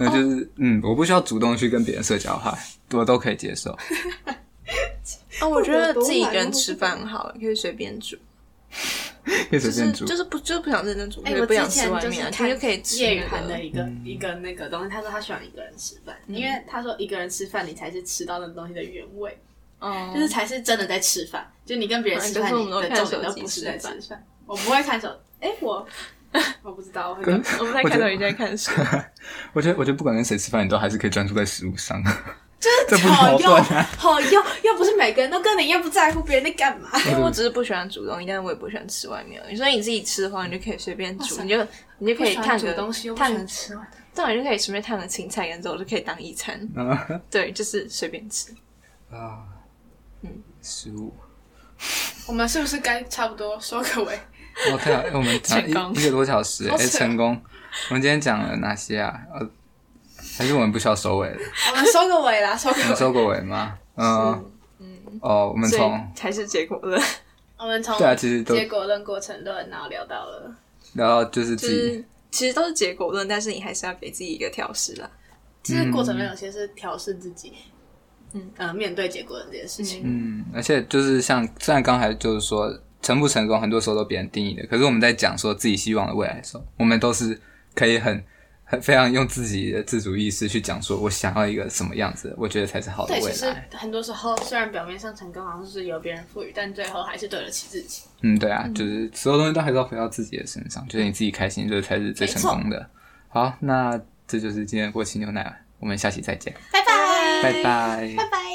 [SPEAKER 2] 那就是、嗯，我不需要主动去跟别人社交哈，我都可以接受。
[SPEAKER 3] 啊，我觉得
[SPEAKER 4] 多
[SPEAKER 3] 自己一
[SPEAKER 4] 懒
[SPEAKER 3] 个人
[SPEAKER 4] 惰
[SPEAKER 3] 吃饭很好，可以随便煮，
[SPEAKER 2] 可以
[SPEAKER 3] 就
[SPEAKER 2] 随
[SPEAKER 3] 是
[SPEAKER 2] 便煮，
[SPEAKER 3] 就是不就是不想认真煮，
[SPEAKER 4] 哎、
[SPEAKER 3] 也
[SPEAKER 4] 我
[SPEAKER 3] 不
[SPEAKER 4] 之
[SPEAKER 3] 想吃
[SPEAKER 4] 前
[SPEAKER 3] 外
[SPEAKER 4] 就
[SPEAKER 3] 面
[SPEAKER 4] 是
[SPEAKER 3] 啊，
[SPEAKER 4] 看
[SPEAKER 3] 就可以吃
[SPEAKER 4] 业余
[SPEAKER 3] 那
[SPEAKER 4] 韩的
[SPEAKER 3] 个。嗯
[SPEAKER 4] 一个、一个那个东西，他说他喜欢一个人吃饭，因为他说一个人吃饭，你才是吃到那个东西的原味，
[SPEAKER 3] 哦
[SPEAKER 4] 就是才是真的在吃饭。就你跟别人吃
[SPEAKER 3] 哎可
[SPEAKER 4] 饭，
[SPEAKER 3] 是我
[SPEAKER 4] 你
[SPEAKER 3] 们都
[SPEAKER 4] 的
[SPEAKER 3] 看
[SPEAKER 4] 重点
[SPEAKER 3] 手
[SPEAKER 4] 都
[SPEAKER 3] 机
[SPEAKER 4] 不是
[SPEAKER 3] 吃
[SPEAKER 4] 在
[SPEAKER 3] 饭
[SPEAKER 4] 吃饭。我不会看手，哎、我我不知道，我会
[SPEAKER 2] 跟
[SPEAKER 4] 看
[SPEAKER 3] 我们在
[SPEAKER 2] 我觉
[SPEAKER 3] 看
[SPEAKER 2] 得
[SPEAKER 3] 到你在看 书，
[SPEAKER 2] 我觉得我觉得不管跟谁吃饭，你都还是可以专注在食物上，这
[SPEAKER 3] 哦
[SPEAKER 2] 不
[SPEAKER 4] 好
[SPEAKER 2] 矛盾
[SPEAKER 4] 用
[SPEAKER 2] 啊。
[SPEAKER 4] 好用，又不是每个人都跟你一样不在乎别人在干嘛。
[SPEAKER 3] 因为哎我只是不喜欢煮东西，但我也不喜欢吃外面。所以你自己吃的话，你就可以随便煮，
[SPEAKER 4] 塞
[SPEAKER 3] 你就你就可以烫
[SPEAKER 4] 煮
[SPEAKER 3] 个
[SPEAKER 4] 东西，又不喜
[SPEAKER 3] 烫
[SPEAKER 4] 欢，吃饭。
[SPEAKER 3] 这样你就可以随便烫个青菜跟肉，就可以当一餐。 对，就是随便吃。
[SPEAKER 2] 啊，
[SPEAKER 3] 嗯
[SPEAKER 2] 食物。
[SPEAKER 4] 我们是不是该差不多收个尾？
[SPEAKER 2] 哦，对啊，我们讲
[SPEAKER 3] 成功
[SPEAKER 2] 一一个多小时，
[SPEAKER 4] 好
[SPEAKER 2] 哎、
[SPEAKER 4] 扯哦
[SPEAKER 2] 成功。我们今天讲了哪些啊？呃，还是我们不需要收尾了？
[SPEAKER 4] 我们收个尾啦，收个
[SPEAKER 2] 我们
[SPEAKER 4] 尾。
[SPEAKER 2] 收个尾吗？嗯，嗯，哦，我们
[SPEAKER 3] 所以
[SPEAKER 2] 从
[SPEAKER 3] 才是结果论，
[SPEAKER 4] 我们从
[SPEAKER 2] 对啊，其实都
[SPEAKER 4] 结果论、过程论，然后聊到了。
[SPEAKER 2] 聊到就是自
[SPEAKER 3] 就
[SPEAKER 2] 己
[SPEAKER 3] 是其实都是结果论，但是你还是要给自己一个调试啦。
[SPEAKER 4] 其实过程中有些是调试自己，嗯呃，面对结果的这件事情。
[SPEAKER 2] 嗯，而且就是像虽然刚才就是说成不成功，很多时候都别人定义的，可是我们在讲说自己希望的未来的时候，我们都是可以很很非常用自己的自主意识去讲说，我想要一个什么样子，我觉得才是好的
[SPEAKER 4] 对，
[SPEAKER 2] 未
[SPEAKER 4] 其实
[SPEAKER 2] 来。
[SPEAKER 4] 很多时候虽然表面上成功好像是由别人赋予，但最后还是对得起自己。
[SPEAKER 2] 嗯，对啊，就是所有东西都还是要回到自己的身上，就是你自己开心，这才是最成功的。好，那这就是今天的过期牛奶了，我们下期再见，
[SPEAKER 4] 拜拜，
[SPEAKER 2] 拜拜。
[SPEAKER 4] 拜拜。